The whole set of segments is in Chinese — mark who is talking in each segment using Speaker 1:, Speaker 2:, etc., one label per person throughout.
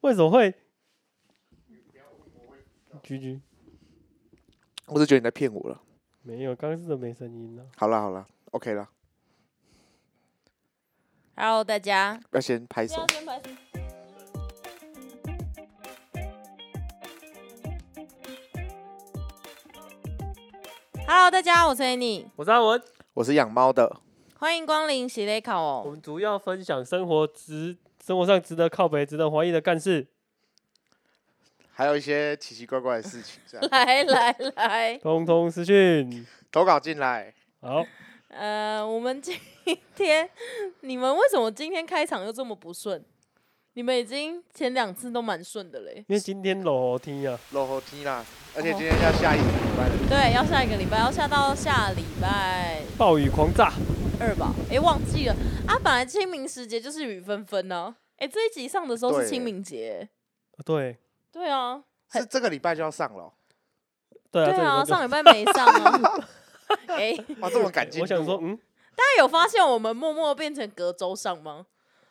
Speaker 1: 为什么会？居居
Speaker 2: 我是觉得你在骗我了。
Speaker 1: 没有，刚刚是没声音啊了。
Speaker 2: 好啦好啦 o、k 啦，
Speaker 3: Hello，大家，
Speaker 2: 要先拍手。
Speaker 3: 先拍手。Hello，大家，我是 Annie，
Speaker 1: 我是阿文，
Speaker 2: 我是养猫的，
Speaker 3: 欢迎光临喜雷烤
Speaker 1: 我
Speaker 3: 哦。
Speaker 1: 们主要分享生活值、生活上值得靠北、值得怀疑的干事，
Speaker 2: 还有一些奇奇怪怪的事情， 这样
Speaker 3: 来来来，
Speaker 1: 通通私讯。
Speaker 2: 投稿进来。
Speaker 1: 好，
Speaker 3: 呃，我们今天，你们为什么今天开场又这么不顺？你们已经前两次都蛮顺的嘞。
Speaker 1: 因为今天楼梯啊，
Speaker 2: 落后踢啦，而且今天要下一个礼拜了。
Speaker 3: 对，要下一个礼拜，要下到下礼拜
Speaker 1: 暴雨狂炸，啊
Speaker 3: 二吧？哎、忘记了啊！本来清明时节就是雨纷纷呢。哎、这一集上的时候
Speaker 2: 对
Speaker 3: 是清明节、
Speaker 1: 对
Speaker 3: 对啊，
Speaker 2: 是这个礼拜就要上了哦、
Speaker 1: 对啊，
Speaker 3: 对啊，
Speaker 1: 这
Speaker 3: 上礼拜没上啊。哎、
Speaker 2: 哇，这么赶
Speaker 1: 里就
Speaker 2: 进
Speaker 1: 我想
Speaker 2: 度
Speaker 1: 说，，嗯，
Speaker 3: 大家有发现我们默默变成隔周上吗？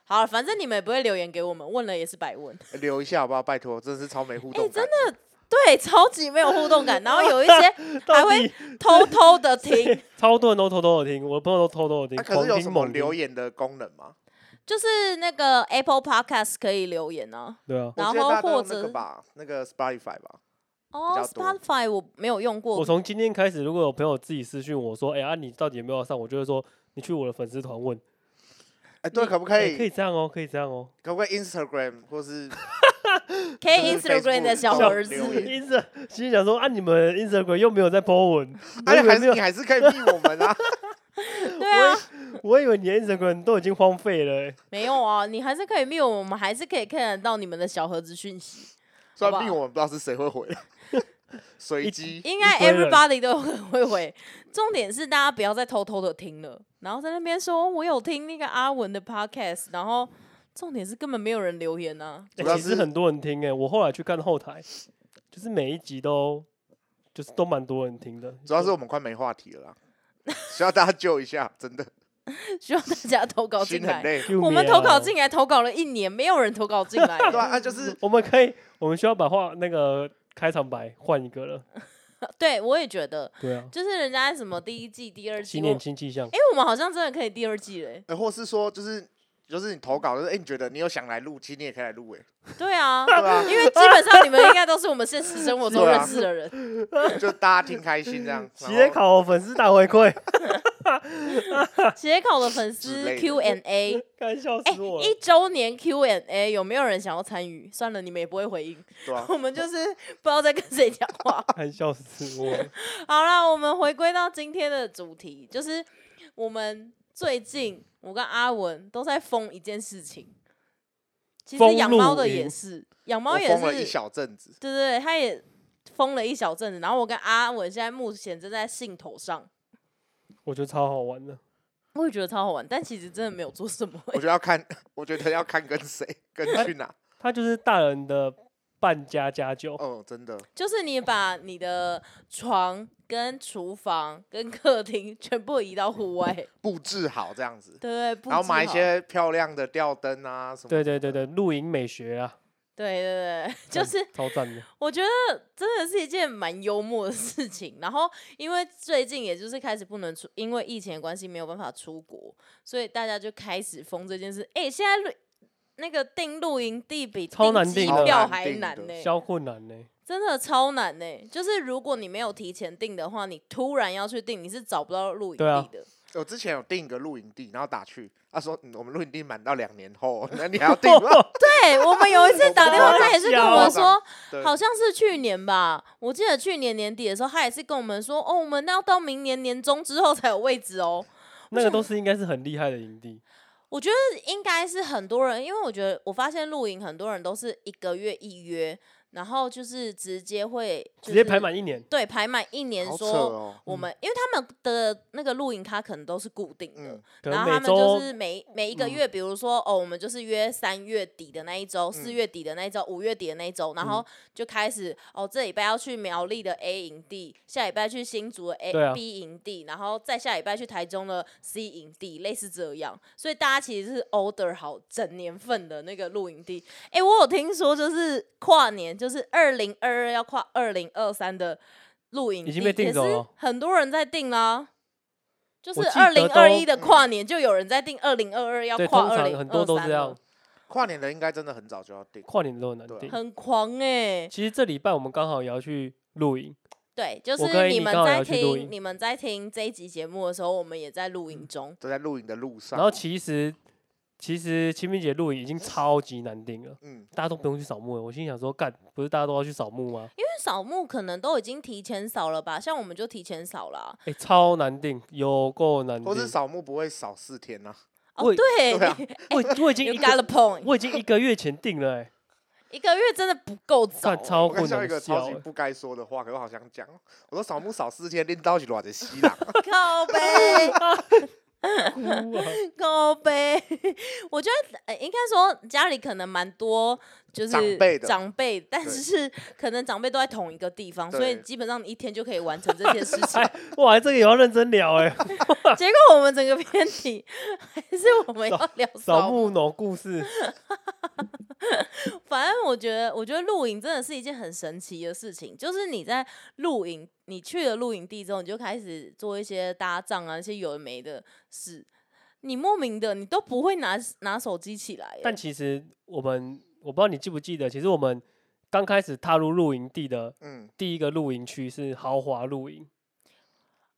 Speaker 3: 好了，反正你们也不会留言给我们，问了也是白问。
Speaker 2: 留一下好不好？拜托，真的是超没互
Speaker 3: 哎、
Speaker 2: 动
Speaker 3: 真
Speaker 2: 感。
Speaker 3: 的对，超级没有互动感，然后有一些还
Speaker 1: 到
Speaker 3: 会
Speaker 1: 底
Speaker 3: 偷偷的听，
Speaker 1: 嗯 超多人都偷偷的听，我的朋友都偷偷的听，
Speaker 2: 那、可是有
Speaker 1: 狂
Speaker 2: 什
Speaker 1: 听
Speaker 2: 么
Speaker 1: 猛
Speaker 2: 留
Speaker 1: 听，
Speaker 2: 言的功能吗？
Speaker 3: 就是那个 Apple Podcast 可以留言啊。
Speaker 1: 对啊，
Speaker 2: 我
Speaker 3: 然
Speaker 2: 记得大
Speaker 3: 后
Speaker 2: 家都
Speaker 3: 或
Speaker 2: 用那
Speaker 3: 者
Speaker 2: 个吧，那个 Spotify 吧。
Speaker 3: 哦、
Speaker 2: 较
Speaker 3: s p
Speaker 2: 多
Speaker 3: o t i f y 我没有用过
Speaker 1: 我，从今天开始，如果有朋友自己私讯我说，哎、啊，你到底有没有要上？我就会说，你去我的粉丝团问，
Speaker 2: 哎、对，
Speaker 3: 你
Speaker 2: 可不可
Speaker 1: 哎、
Speaker 2: 以？
Speaker 1: 可以这样哦，可以这样哦。
Speaker 2: 可不可以 Instagram 或是
Speaker 3: 可以
Speaker 2: 就是
Speaker 3: Instagram
Speaker 2: Facebook
Speaker 3: 的小
Speaker 2: 上
Speaker 3: 儿子，
Speaker 2: 留言
Speaker 1: 一直心里想说，啊，你们 Instagram 又没有在 po 文，我
Speaker 2: 哎，
Speaker 1: 以
Speaker 2: 还
Speaker 1: 为没
Speaker 2: 是
Speaker 1: 有
Speaker 2: 你，还是可以密我 们啊？
Speaker 3: 对啊，
Speaker 1: 我以为你的 Instagram 都已经荒废了、哎
Speaker 3: 没有啊，你还是可以密我们，我们还是可以看得到你们的小盒子讯息。
Speaker 2: 虽然
Speaker 3: 好不好
Speaker 2: 密我们不知道是谁会 回，随
Speaker 1: 一
Speaker 2: 机。
Speaker 3: 应该
Speaker 1: 一堆人
Speaker 3: everybody 都很会回，重点是大家不要再偷偷的听了，然后在那边说我有听那个阿文的 podcast，然后重点是根本没有人留言啊。
Speaker 1: 哎
Speaker 2: 主要
Speaker 1: 其实
Speaker 2: 是
Speaker 1: 很多人听、哎，我后来去看后台，就是每一集都，就是都蛮多人听的，
Speaker 2: 主要是我们快没话题了啦， 需要大家救一下，真的
Speaker 3: 希望大家投稿进
Speaker 2: 心很
Speaker 3: 来。
Speaker 2: 累。
Speaker 1: 就啊
Speaker 3: 我们投稿进
Speaker 1: 秒，
Speaker 3: 来，投稿了一年，没有人投稿进来。
Speaker 2: 对啊，啊就是
Speaker 1: 我们可以，我们需要把话那个开场白换一个了，
Speaker 3: 对，我也觉得，
Speaker 1: 对啊，
Speaker 3: 就是人家什么第一季、第二季，
Speaker 1: 新
Speaker 3: 我
Speaker 1: 年新气象
Speaker 3: 哎、，我们好像真的可以第二季嘞、
Speaker 2: 呃，或是说就是就是你投稿，就是哎、你觉得你有想来录，其实你也可以来录，哎，
Speaker 3: 对啊，
Speaker 2: 对吧、
Speaker 3: 因为基本上你们应该都是我们现实生活中
Speaker 2: 对啊
Speaker 3: 认识的人。
Speaker 2: 就大家听开心 这样。
Speaker 1: 直接
Speaker 2: 然后
Speaker 1: 考粉丝大回馈。
Speaker 3: 斜考的粉丝
Speaker 2: 之类的
Speaker 3: Q&A，
Speaker 1: 干笑
Speaker 3: 哎
Speaker 1: 死我，了！
Speaker 3: 一周年 Q&A 有没有人想要参与？算了，你们也不会回应，
Speaker 2: 对啊吧、
Speaker 3: 我们就是不知道在跟谁讲话。
Speaker 1: 干笑死我了！
Speaker 3: 好啦，我们回归到今天的主题，就是我们最近我跟阿文都在疯一件事情，其
Speaker 1: 疯
Speaker 3: 实养猫的
Speaker 1: 露营
Speaker 3: 也是，养 猫
Speaker 2: 我
Speaker 3: 也
Speaker 2: 疯了一
Speaker 3: 是，
Speaker 2: 小阵子，
Speaker 3: 对对对，他也疯了一小阵子。然后我跟阿文现在目前正在兴头上，
Speaker 1: 我觉得超好玩的，
Speaker 3: 我也觉得超好玩，但其实真的没有做什么、
Speaker 2: 我觉得要看，我觉得要看跟谁跟去哪。
Speaker 1: 它就是大人的半家家酒，
Speaker 2: 哦，真的，
Speaker 3: 就是你把你的床、跟厨房、跟客厅 全部移到户 外，对
Speaker 2: 布置好这样子
Speaker 3: 不，对？布置
Speaker 2: 然后买一
Speaker 3: 好
Speaker 2: 些漂亮的吊灯啊什么。
Speaker 1: 对对对对，露营美学啊，
Speaker 3: 对对对，就
Speaker 2: 嗯
Speaker 1: 赞
Speaker 3: 是
Speaker 1: 超赞的，
Speaker 3: 我觉得真的是一件蛮幽默的事情。然后因为最近也就是开始不能出，因为疫情的关系没有办法出国，所以大家就开始疯这件事。哎、现在露那个订露营地比
Speaker 1: 超难
Speaker 3: 机
Speaker 1: 订的
Speaker 3: 票
Speaker 2: 超难
Speaker 3: 还
Speaker 2: 订
Speaker 3: 难
Speaker 2: 的
Speaker 3: 呢、
Speaker 1: 小困难 呢。
Speaker 3: 真的超难呢、就是如果你没有提前订的话，你突然要去订，你是找不到露营
Speaker 1: 对啊
Speaker 3: 地的。
Speaker 2: 我之前有订一个露营地，然后打去，他说、嗯、我们露营地满到两年 后，那你还要订吗？
Speaker 3: 对我们有一次打电话，
Speaker 2: 我不知道
Speaker 3: 他也是跟我们说，
Speaker 2: 对
Speaker 3: 好像是去年吧，我记得去年年底的时候，他也是跟我们说，哦，我们要到明年年中之后才有位置哦。
Speaker 1: 那个都是应该是很厉害的营地，
Speaker 3: 我觉得应该是很多人，因为我觉得我发现露营很多人都是一个月一约，然后就是直接会、
Speaker 1: 直接排
Speaker 3: 就是
Speaker 1: 满一年，
Speaker 3: 对，排满一年
Speaker 2: 好扯
Speaker 3: 说。
Speaker 2: 哦。
Speaker 3: 我们因为他们的那个露营咖可能都是固定的，
Speaker 2: 嗯，
Speaker 1: 可能
Speaker 3: 然后他
Speaker 1: 每
Speaker 3: 们就
Speaker 1: 周
Speaker 3: 是每每一个
Speaker 1: 嗯
Speaker 3: 月，比如说哦，我们就是约三月底的那一周、
Speaker 1: 嗯
Speaker 3: 四月底的那一周、五月底的那一周，然后就开始哦，这礼拜要去苗栗的 A 营地，下礼拜去新竹的 A、
Speaker 1: 对啊
Speaker 3: B 营地，然后再下礼拜去台中的 C 营地，类似这样。所以大家其实是 order 好整年份的那个露营地。哎、我有听说就是跨年，就是二零二二要跨二零二三的露营地，
Speaker 1: 已经被订走了
Speaker 3: 也是很多人在订啦、就是
Speaker 1: 我记得
Speaker 3: 二零
Speaker 1: 都嗯
Speaker 3: 二一的跨年，就有人在定二零二二要
Speaker 1: 对，
Speaker 3: 跨
Speaker 1: 通
Speaker 3: 二
Speaker 1: 常
Speaker 3: 零
Speaker 1: 很多都这样，
Speaker 2: 跨年的应该真的很早就要定，
Speaker 1: 跨年都很难
Speaker 2: 对啊
Speaker 1: 定。
Speaker 3: 很狂哎、
Speaker 1: 其实这礼拜我们刚好也要去露营，
Speaker 3: 对，就
Speaker 1: 我跟
Speaker 3: 是
Speaker 1: Amy
Speaker 3: 你们
Speaker 1: 刚好
Speaker 3: 在
Speaker 1: 要去录
Speaker 3: 听
Speaker 1: 音嗯
Speaker 3: 你们在听这一集节目的时候，我们也在录音中。
Speaker 2: 都在露营的路上。
Speaker 1: 然后其实其实清明节露营已经超级难定了，
Speaker 2: 嗯，
Speaker 1: 大家都不用去扫墓了。我心想说，干不是大家都要去扫墓吗？
Speaker 3: 因为扫墓可能都已经提前扫了吧，像我们就提前扫了啊、
Speaker 1: 哎、超难定，有够难定
Speaker 2: 或。是扫墓不会扫四天啊呐、
Speaker 3: 哦，
Speaker 1: 我
Speaker 3: 对
Speaker 2: 对啊
Speaker 1: 我我已经
Speaker 3: ，You
Speaker 1: 一
Speaker 3: got
Speaker 1: 个
Speaker 3: the point。
Speaker 1: 我已经一个月前定了、 欸，
Speaker 3: 一个月真的不够早
Speaker 1: 干
Speaker 3: 欸，
Speaker 1: 超
Speaker 2: 我刚
Speaker 1: 困
Speaker 2: 笑一
Speaker 1: 难
Speaker 2: 个
Speaker 1: 笑
Speaker 2: 超级
Speaker 1: 欸。
Speaker 2: 不该说的话，可是我好想讲哦。我说扫墓扫四天，拎刀去乱着 西啦。
Speaker 3: 靠背。
Speaker 1: 哭啊
Speaker 3: 高呗， 我觉得、呃、应该说家里可能蛮多就是
Speaker 2: 长辈的
Speaker 3: 长辈，但是 可能长辈都在同一个地方，所以
Speaker 2: 对
Speaker 3: 基本上你一天就可以完成这件事情。
Speaker 1: 哇，这个也要认真聊 哎、
Speaker 3: 结果我们整个偏题还是我们
Speaker 1: 扫
Speaker 3: 要聊
Speaker 1: 扫
Speaker 3: 扫墓。
Speaker 1: 墓脑故事，
Speaker 3: 反正我觉得，我觉得露营真的是一件很神奇的事情，就是你在露营，你去了露营地之后，你就开始做一些搭帐啊，一些有的没的事。你莫名的，你都不会拿拿手机起来耶。
Speaker 1: 但其实我们我不知道你记不记得，其实我们刚开始踏入露营地的
Speaker 2: 嗯，
Speaker 1: 第一个露营区是豪华露营，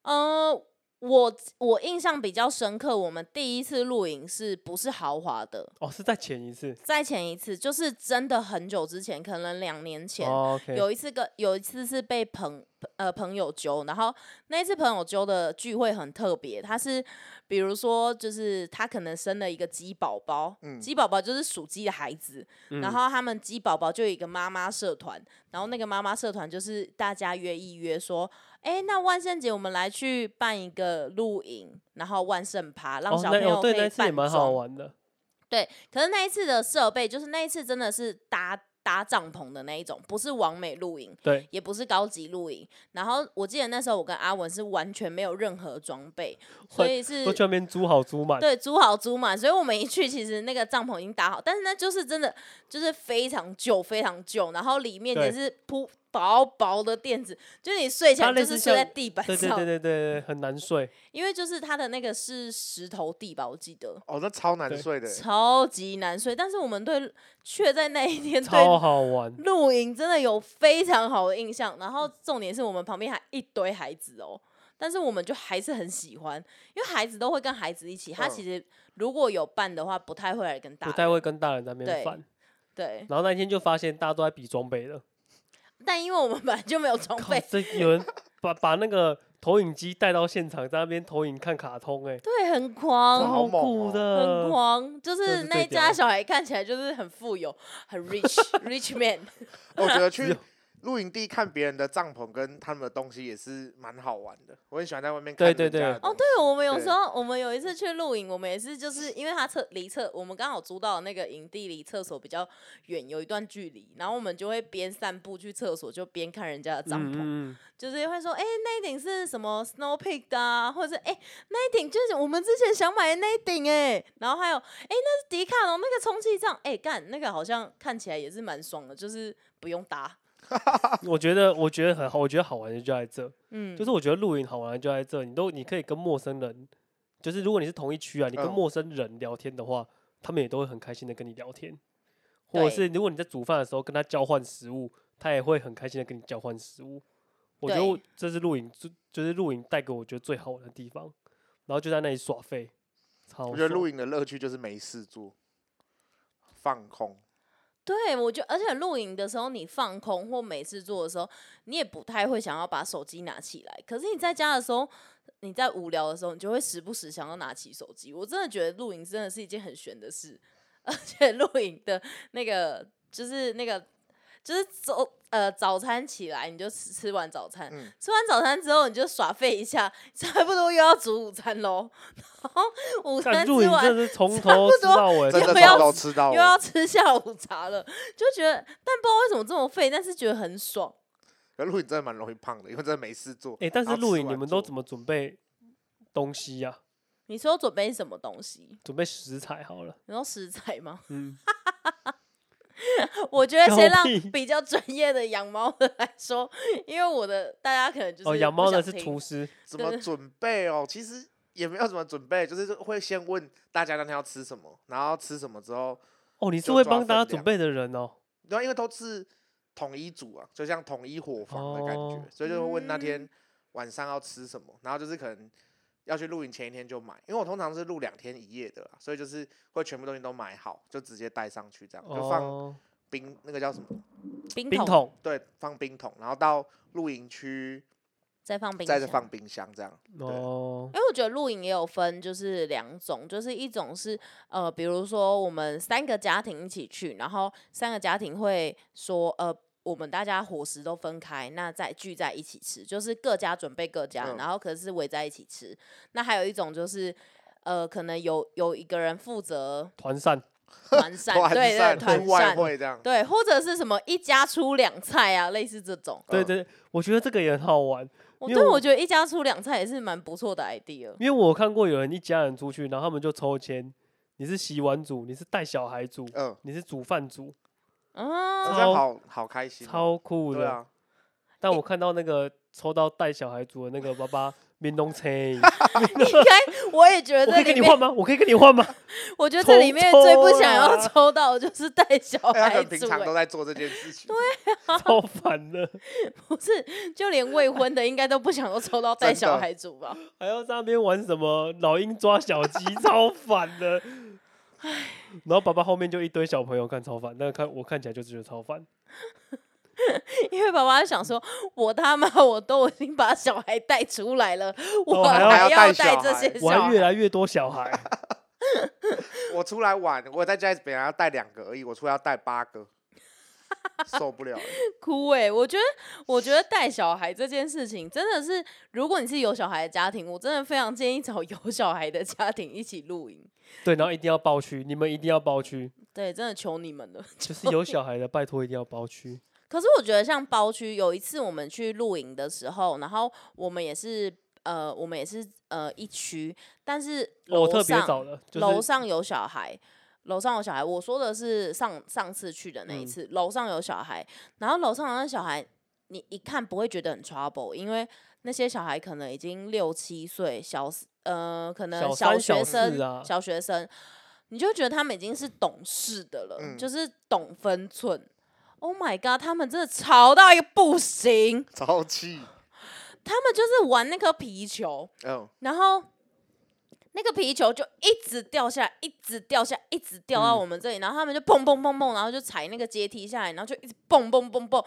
Speaker 3: 呃，我我印象比较深刻，我们第一次露营是不是豪华的？
Speaker 1: 哦，是在前一次。
Speaker 3: 再前一次就是真的很久之前，可能两年前。
Speaker 1: 哦、OK，
Speaker 3: 有一次跟有一次是被朋呃朋友揪，然后那一次朋友揪的聚会很特别，他是比如说就是他可能生了一个鸡宝宝，
Speaker 2: 嗯
Speaker 3: 鸡宝宝就是属鸡的孩子，
Speaker 1: 嗯
Speaker 3: 然后他们鸡宝宝就有一个妈妈社团，然后那个妈妈社团就是大家约一约说，哎，那万圣节我们来去办一个露营，然后万圣趴，让
Speaker 1: 哦，
Speaker 3: 小
Speaker 1: 那
Speaker 3: 朋
Speaker 1: 哦
Speaker 3: 友可
Speaker 1: 对，那
Speaker 3: 以
Speaker 1: 次也
Speaker 3: 扮
Speaker 1: 蛮好
Speaker 3: 装。
Speaker 1: 玩的。
Speaker 3: 对，可是那一次的设备就是那一次真的是搭搭帐篷的那一种，不是完美露营，
Speaker 1: 对，
Speaker 3: 也不是高级露营。然后我记得那时候我跟阿文是完全没有任何装备，所以是
Speaker 1: 都去那边租好租满，
Speaker 3: 对租好租满，所以我们一去其实那个帐篷已经搭好，但是那就是真的就是非常旧非常旧，然后里面
Speaker 1: 对
Speaker 3: 也是铺薄薄的垫子，就是你睡起
Speaker 1: 它
Speaker 3: 来
Speaker 1: 类
Speaker 3: 就是
Speaker 1: 似
Speaker 3: 睡在
Speaker 1: 像
Speaker 3: 地板
Speaker 1: 对
Speaker 3: 上，
Speaker 1: 对对对对对，很难睡。
Speaker 3: 因为就是它的那个是石头地吧，我记得。
Speaker 2: 哦，那超难
Speaker 1: 对
Speaker 2: 睡的欸。
Speaker 3: 超级难睡，但是我们对却在那一天 对
Speaker 1: 超好玩，
Speaker 3: 露营真的有非常好的印象，然
Speaker 1: 嗯
Speaker 3: 后重点是我们旁边还一堆孩子哦，但是我们就还是很喜欢，因为孩子都会跟孩子一起，他
Speaker 2: 嗯
Speaker 3: 其实如果有伴的话，不太会来跟 大
Speaker 1: 不
Speaker 3: 人
Speaker 1: 太会跟大人在那边
Speaker 3: 对
Speaker 1: 翻。
Speaker 3: 对，
Speaker 1: 然后那天就发现大家都在比装备了，
Speaker 3: 但因为我们本来就没有装
Speaker 1: 靠
Speaker 3: 备，，
Speaker 1: 这有人把把那个投影机带到现场，在那边投影看卡通，哎，
Speaker 3: 对，很
Speaker 2: 哇
Speaker 3: 狂。
Speaker 2: 好
Speaker 1: 超
Speaker 2: 猛
Speaker 1: 酷
Speaker 2: 哦
Speaker 3: 很
Speaker 1: 的。
Speaker 3: 狂，就
Speaker 1: 这
Speaker 3: 是
Speaker 1: 是
Speaker 3: 那
Speaker 1: 最
Speaker 3: 一
Speaker 1: 屌
Speaker 3: 家
Speaker 1: 的
Speaker 3: 小孩看起来就是很富有，很 rich rich man，
Speaker 2: 哦我觉得去
Speaker 1: 有
Speaker 2: 露营地看别人的帐篷跟他们的东西也是蛮好玩的。我很喜欢在外面看
Speaker 1: 对
Speaker 2: 人
Speaker 1: 对对
Speaker 2: 家的东
Speaker 3: 哦，
Speaker 2: 西。
Speaker 3: 对，我们有
Speaker 2: 对
Speaker 3: 时候，我们有一次去露营，我们也是就是因为它厕离厕，我们刚好租到的那个营地离厕所比较远，有一段距离，然后我们就会边散步去厕所，就边看人家的帐
Speaker 1: 嗯
Speaker 3: 篷，
Speaker 1: 嗯，嗯
Speaker 3: 就是会说，哎、那一顶是什么 Snow Peak 的、啊，或者是哎、那一顶就是我们之前想买的那一顶哎、然后还有哎、那是迪卡侬那个充气帐，哎、干那个好像看起来也是蛮爽的，就是不用搭，
Speaker 1: 我觉得我觉得很好，我觉得好玩的就在这，
Speaker 3: 嗯，
Speaker 1: 就是我觉得露营好玩的就在这，你都你可以跟陌生人，就是如果你是同一区啊，你跟
Speaker 2: 嗯
Speaker 1: 陌生人聊天的话，他们也都会很开心的跟你聊天，或者是如果你在煮饭的时候跟他交换食物，他也会很开心的跟你交换食物。我觉得
Speaker 3: 对
Speaker 1: 我这是露营最就是露营带给我觉得最好玩的地方，然后就在那里耍废，超
Speaker 2: 我觉得
Speaker 1: 爽
Speaker 2: 露营的乐趣就是没事做，放空。
Speaker 3: 对，我觉得，而且露营的时候，你放空或没事做的时候，你也不太会想要把手机拿起来。可是你在家的时候，你在无聊的时候，你就会时不时想要拿起手机。我真的觉得露营 真的是一件很悬的事，而且露营的那个就是那个就是走呃早餐起来你就吃吃完早餐，
Speaker 2: 嗯
Speaker 3: 吃完早餐之后你就耍废一下， 差不多又要煮午餐喽。 然后午
Speaker 1: 干
Speaker 3: 餐吃
Speaker 1: 露营
Speaker 3: 完
Speaker 1: 真的是从
Speaker 3: 差
Speaker 1: 头
Speaker 3: 不
Speaker 1: 吃
Speaker 3: 多
Speaker 1: 到尾，
Speaker 2: 真的
Speaker 3: 又要
Speaker 2: 从头吃到哦
Speaker 3: 又
Speaker 2: 尾。
Speaker 3: 要吃下午茶了，就觉得但不知道为什么这么废，但是觉得很爽。
Speaker 2: 可是露营真的蛮容易胖的，因为真的没事做。
Speaker 1: 哎、但是
Speaker 2: 然后
Speaker 1: 露
Speaker 2: 吃
Speaker 1: 营你
Speaker 2: 完
Speaker 1: 们都
Speaker 2: 做
Speaker 1: 怎么准备东西呀、
Speaker 3: 你说准备什么东西？
Speaker 1: 准备食材好了，
Speaker 3: 你说食材吗？
Speaker 1: 嗯，
Speaker 3: 我觉得先
Speaker 1: 狗
Speaker 3: 让
Speaker 1: 屁
Speaker 3: 比较专业的养猫的来说，因为我的大家可能就是
Speaker 1: 哦，养猫的是
Speaker 3: 图。
Speaker 1: 厨师，
Speaker 2: 怎么
Speaker 3: 对
Speaker 2: 准备哦？其实也没有怎么准备，就是会先问大家那天要吃什么，然后吃什么之后，
Speaker 1: 哦，你是
Speaker 2: 就
Speaker 1: 会
Speaker 2: 抓
Speaker 1: 帮大家
Speaker 2: 分
Speaker 1: 准
Speaker 2: 量
Speaker 1: 备的人哦，
Speaker 2: 然后因为都是统一组啊，就像统一伙房的感觉，
Speaker 1: 哦
Speaker 2: 所以就会问那天
Speaker 3: 嗯
Speaker 2: 晚上要吃什么，然后就是可能要去露营前一天就买，因为我通常是露两天一夜的啦，所以就是会全部东西都买好，就直接带上去这样，就放
Speaker 1: 哦，
Speaker 2: 冰那个叫什么？
Speaker 3: 冰
Speaker 1: 冰
Speaker 3: 桶，
Speaker 1: 桶，
Speaker 2: 对，放冰桶，然后到露营区
Speaker 3: 再放冰，
Speaker 2: 再放。冰箱这样。对
Speaker 1: 哦，
Speaker 3: 因为我觉得露营也有分，就是两种，就是一种是呃，比如说我们三个家庭一起去，然后三个家庭会说呃，我们大家伙食都分开，那再聚在一起吃，就是各家准备各家，
Speaker 2: 嗯
Speaker 3: 然后可是围在一起吃。那还有一种就是呃，可能有有一个人 负责
Speaker 1: 团
Speaker 2: 嗯
Speaker 1: 扇，
Speaker 3: 团扇，对对，
Speaker 2: 散
Speaker 3: 团
Speaker 2: 户外
Speaker 3: 扇，
Speaker 2: 汇这样，
Speaker 3: 对，或者是什么一家出两菜啊，类似这种。
Speaker 1: 对
Speaker 2: 嗯
Speaker 1: 对，我觉得这个也很好玩，
Speaker 3: 我
Speaker 1: 因
Speaker 3: 对
Speaker 1: 为我
Speaker 3: 我觉得一家出两菜也是蛮不错的 idea。
Speaker 1: 因为我看过有人一家人出去，然后他们就抽签，你是洗碗组，你是带小孩组，
Speaker 2: 嗯，
Speaker 1: 你是煮饭组，
Speaker 3: 啊，
Speaker 2: 这
Speaker 1: 超
Speaker 2: 样好好开心哦，
Speaker 1: 超酷
Speaker 2: 对
Speaker 1: 的。
Speaker 2: 啊，
Speaker 1: 但我看到那个抽到带小孩组的那个爸 爸面东车，
Speaker 3: 应该我也觉
Speaker 1: 我
Speaker 3: 得
Speaker 1: 可以
Speaker 3: 这
Speaker 1: 跟
Speaker 3: 里
Speaker 1: 你
Speaker 3: 面，
Speaker 1: 换吗？我可以跟你 换吗？
Speaker 3: 我觉得这里面最不想
Speaker 1: 重抽啊
Speaker 3: 要
Speaker 1: 啦
Speaker 3: 抽到的就是带小
Speaker 2: 哎他可
Speaker 3: 孩
Speaker 2: 能平
Speaker 3: 组、
Speaker 2: 常都
Speaker 3: 欸，
Speaker 2: 在做这件事情，
Speaker 1: 啊
Speaker 2: 对，
Speaker 1: 超烦的，
Speaker 3: 不是，就连未婚的应该都不想要抽到带小孩组吧？
Speaker 1: 还要在那边玩什么老鹰抓小鸡，超烦的。然后爸爸后面就一堆小朋友看超烦，那个看我看起来就觉得超烦。
Speaker 3: 因为爸爸想说，我他妈我都已经把小孩带出来了，我
Speaker 1: 哦还要
Speaker 3: 还
Speaker 2: 带小
Speaker 3: 带这
Speaker 2: 孩
Speaker 3: 些
Speaker 1: 我
Speaker 3: 小
Speaker 1: 还越
Speaker 3: 孩，
Speaker 1: 来越多小孩，
Speaker 2: 我出来玩，我在家里本来要带两个而已，我出来要带八 个，受不了了。
Speaker 3: 哭哎、我觉得，我觉得带小孩这件事情真的是，如果你是有小孩的家庭，我真的非常建议找有小孩的家庭一起露营。
Speaker 1: 对，然后一定要包区，你们一定要包区，
Speaker 3: 对，真的求你们了。
Speaker 1: 就是有小孩的拜托一定要包区。
Speaker 3: 可是我觉得像包区，有一次我们去露营的时候，然后我们也是呃，我们也是呃一区，但是
Speaker 1: 哦我特
Speaker 3: 楼
Speaker 1: 别
Speaker 3: 上
Speaker 1: 早的，就
Speaker 3: 楼
Speaker 1: 是
Speaker 3: 上有小孩，楼上有小孩。我说的是上上次去的那一
Speaker 1: 嗯
Speaker 3: 次，楼上有小孩，然后楼上的那小孩，你一看不会觉得很 trouble，因为那些小孩可能已经六七岁，小四呃，可能
Speaker 1: 小三
Speaker 3: 小学
Speaker 1: 小
Speaker 3: 生、
Speaker 1: 四啊
Speaker 3: 小学生，你就觉得他们已经是懂事的了，
Speaker 2: 嗯
Speaker 3: 就是懂分寸。Oh my god！他们真的吵到一个不行，
Speaker 2: 超气，
Speaker 3: 他们就是玩那颗皮球，
Speaker 2: 嗯，
Speaker 3: 然后那个皮球就一直掉下来，一直掉下来，一直掉到
Speaker 1: 嗯
Speaker 3: 我们这里，然后他们就砰砰砰砰，然后就踩那个阶梯下来，然后就一直蹦蹦蹦蹦，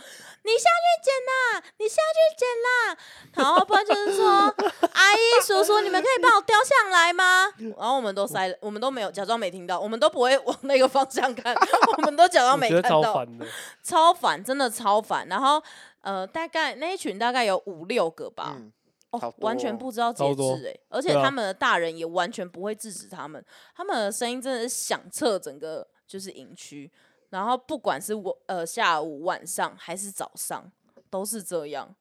Speaker 3: 你下去捡啦，你下去捡啦，然后不然就是说阿姨叔叔，你们可以帮我叼上来吗？然后我们都塞了，我们都没有假装没听到，我们都不会往那个方向 看，我们都假装
Speaker 1: 我
Speaker 3: 没
Speaker 1: 觉得
Speaker 3: 看
Speaker 1: 超
Speaker 3: 到。
Speaker 1: 烦的。
Speaker 3: 超烦，真的超烦。然后呃，大概那一群大概有五六个吧，
Speaker 2: 嗯好
Speaker 3: 哦，
Speaker 2: 多
Speaker 3: 完全
Speaker 2: 哦
Speaker 3: 不知道节
Speaker 1: 超
Speaker 3: 制
Speaker 1: 多
Speaker 3: 哎、而且
Speaker 1: 对啊
Speaker 3: 他们的大人也完全不会制止他们，他们的声音真的是响彻整个就是营区。然后不管是我呃下午、晚上还是早上，都是这样。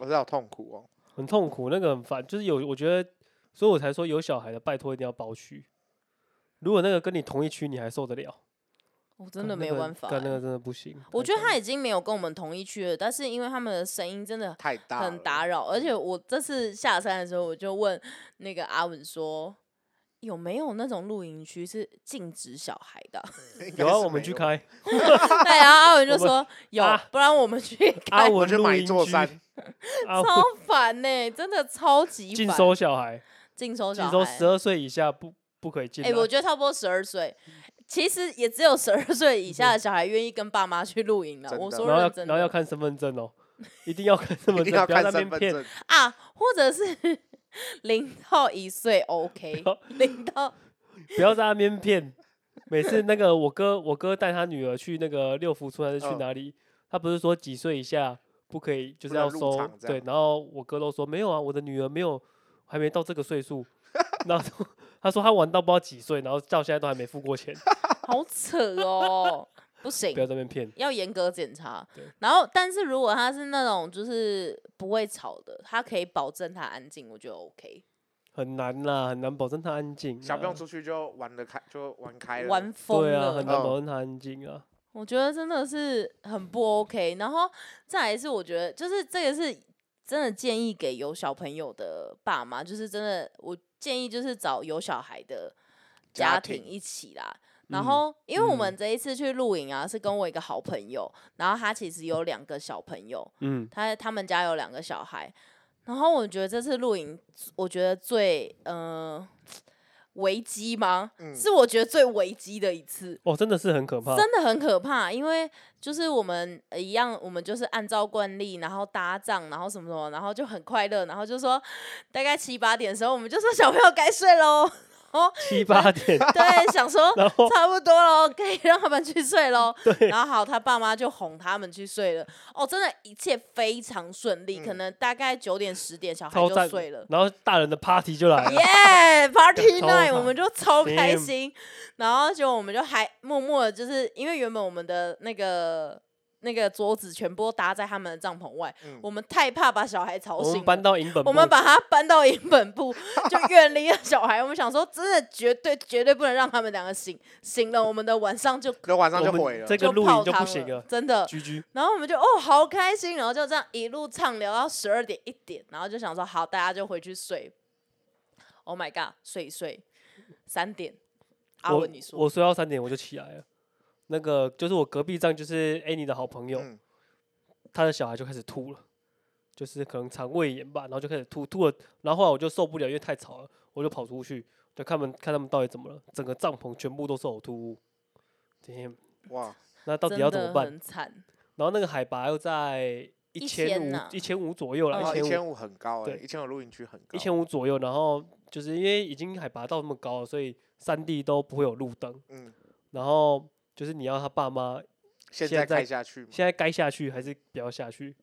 Speaker 2: 我知道好痛苦哦。
Speaker 1: 很痛苦，那个很烦，就是有我觉得，所以我才说有小孩的拜托一定要包区。如果那个跟你同一区，你还受得了？
Speaker 3: 我真
Speaker 1: 干
Speaker 3: 的
Speaker 1: 那
Speaker 3: 没有
Speaker 1: 个
Speaker 3: 办法欸、
Speaker 1: 干那个真的不行。
Speaker 3: 我
Speaker 1: 太
Speaker 3: 觉得
Speaker 1: 烦
Speaker 3: 他已经没有跟我们同一区了，但是因为他们的声音真的
Speaker 2: 太大，
Speaker 3: 很打。扰。而
Speaker 1: 嗯
Speaker 3: 且我这次下山的时候，我就问那个阿文说，有没有那种露营区是禁止小孩的？
Speaker 2: 应该
Speaker 1: 有啊，
Speaker 2: 是
Speaker 1: 我们
Speaker 2: 没
Speaker 1: 去，开
Speaker 3: 对，然后阿文就
Speaker 1: 我们
Speaker 3: 说有
Speaker 1: 啊，
Speaker 3: 不然我们去
Speaker 1: 阿
Speaker 3: 看。
Speaker 2: 啊我
Speaker 1: 文
Speaker 2: 去
Speaker 1: 露
Speaker 2: 买一
Speaker 1: 营
Speaker 2: 座
Speaker 1: 区
Speaker 2: 山，
Speaker 1: 阿
Speaker 3: 超
Speaker 1: 文
Speaker 3: 烦呢、真的超级
Speaker 1: 禁
Speaker 3: 烦。
Speaker 1: 啊收小孩，
Speaker 3: 禁收
Speaker 1: 禁
Speaker 3: 小
Speaker 1: 收
Speaker 3: 孩
Speaker 1: 十。二岁以下不不可以进啊
Speaker 3: 哎、
Speaker 1: 来。
Speaker 3: 我觉得差不多十二岁，其实也只有十二岁以下的小孩愿意跟爸妈去露营了。
Speaker 2: 真
Speaker 3: 我
Speaker 2: 的
Speaker 3: 说
Speaker 1: 然后要
Speaker 3: 认真哦
Speaker 1: 然后要
Speaker 3: 的
Speaker 1: 看身份证哦，一定要看身
Speaker 2: 一
Speaker 1: 份
Speaker 2: 定
Speaker 1: 证，
Speaker 2: 要
Speaker 1: 不要
Speaker 2: 看
Speaker 1: 在那
Speaker 2: 身
Speaker 1: 边
Speaker 2: 份
Speaker 1: 骗。
Speaker 2: 证。
Speaker 3: 啊，或者是 零到一岁 OK，
Speaker 1: 不要
Speaker 3: 零到
Speaker 1: 不要在那边骗，每次那个我哥，我哥带他女儿去那个六福村还是去
Speaker 2: 嗯
Speaker 1: 哪里，他不是说几岁以下不可以，就是
Speaker 2: 不能
Speaker 1: 要
Speaker 2: 入
Speaker 1: 收
Speaker 2: 场这
Speaker 1: 对，
Speaker 2: 样
Speaker 1: 然后我哥都说没有啊，我的女儿没有，还没到这个岁 数，然后他说他玩到不知道几岁，然后到现在都还没付过 钱，
Speaker 3: 好扯哦，不行
Speaker 1: 不，要在那边骗。
Speaker 3: 要严格检查
Speaker 1: 对。
Speaker 3: 然后，但是如果他是那种就是不会吵的，他可以保证他安静，我觉得 OK，
Speaker 1: 很难啦，很难保证他安静、啊。
Speaker 2: 小朋友出去就玩的开，就玩开了。
Speaker 3: 玩疯
Speaker 1: 对啊，
Speaker 3: 了。
Speaker 1: 很难
Speaker 2: 嗯
Speaker 1: 保证他安静啊。
Speaker 3: 我觉得真的是很不 OK。然后再来是，我觉得就是这个是真的建议给有小朋友的爸妈，就是真的我建议就是找有小孩的
Speaker 2: 家
Speaker 3: 家
Speaker 2: 庭
Speaker 3: 庭一起啦。然
Speaker 1: 嗯
Speaker 3: 后，因为我
Speaker 1: 嗯
Speaker 3: 们这一次去露营啊，是跟我一个好朋友，然后他其实有两个小朋友，
Speaker 1: 嗯，
Speaker 3: 他他们家有两个小孩，然后我觉得这次露营，我觉得最呃危机吗？
Speaker 2: 嗯
Speaker 3: 是我觉得最危机的一次，
Speaker 1: 哦，真的是很可怕。
Speaker 3: 真的很可怕。因为就是我们、呃一样，我们就是按照惯例，然后搭帐，然后什么什么，然后就很快乐，然后就说大概七八点的时候，我们就说小朋友该睡喽，
Speaker 1: 七八点，
Speaker 3: 对，想说
Speaker 1: 然后
Speaker 3: 差不多喽，可以让他们去睡喽。
Speaker 1: 对，
Speaker 3: 然后好，他爸妈就哄他们去睡了。哦，真的，一切非常顺利，可
Speaker 2: 嗯
Speaker 3: 能大概九点十点，小孩
Speaker 1: 超
Speaker 3: 就
Speaker 1: 赞
Speaker 3: 睡了。
Speaker 1: 然后大人的 party 就 来了
Speaker 3: 耶、。p a r t y
Speaker 1: 超
Speaker 3: night，
Speaker 1: 好
Speaker 3: 我们就超开
Speaker 1: Damn
Speaker 3: 心。然后就我们就还默默的，就是因为原本我们的那个那个桌子全部都搭在他们的帐篷外，
Speaker 2: 嗯
Speaker 3: 我们太怕把小孩吵
Speaker 1: 我
Speaker 3: 醒
Speaker 1: 们
Speaker 3: 了
Speaker 1: 搬。到银本部，
Speaker 3: 我们把他搬到营 本部，就远离了小孩。我们想说，真的绝对绝对不能让他们两个醒，醒了我们的晚上就
Speaker 2: 然后晚上
Speaker 1: 我
Speaker 2: 就
Speaker 1: 们
Speaker 2: 毁了。
Speaker 1: 这个露
Speaker 3: 泡
Speaker 1: 营就
Speaker 3: 汤
Speaker 1: 不行了。
Speaker 3: 真的。
Speaker 1: 居居，
Speaker 3: 然后我们就哦好开心，然后就这样一路畅聊到十二点一点，然后就想说好，大家就回去睡。Oh my god，睡一睡，三点。阿
Speaker 1: 我
Speaker 3: 文，你说
Speaker 1: 我睡到三点我就起来了。那个就是我隔壁站就是 Annie 的好朋友，
Speaker 2: 嗯
Speaker 1: 他的小孩就开始吐了，就是可能肠胃炎吧，然后就开始吐，吐了，然后后来我就受不了，因为太吵了，我就跑出去，就看们看他们到底怎么了，整个帐篷全部都是呕吐物。天，
Speaker 2: 哇，
Speaker 1: 那到底要怎么办
Speaker 3: 真的？很惨，
Speaker 1: 然后那个海拔又在一千
Speaker 3: 1000
Speaker 1: 五
Speaker 3: 呐
Speaker 1: 一千五左右了，
Speaker 3: 哦
Speaker 2: 一
Speaker 1: 一千
Speaker 2: 千
Speaker 1: 五
Speaker 2: 五很高哎、
Speaker 1: 对
Speaker 2: 一千五露营区很高。
Speaker 1: 一千五左右，然后就是因为已经海拔到那么高了，所以山地都不会有路灯，
Speaker 2: 嗯，
Speaker 1: 然后就是你要他爸妈
Speaker 2: 现
Speaker 1: 现
Speaker 2: 在
Speaker 1: 在
Speaker 2: 开下去嘛。
Speaker 1: 现在该下去还是不要下去，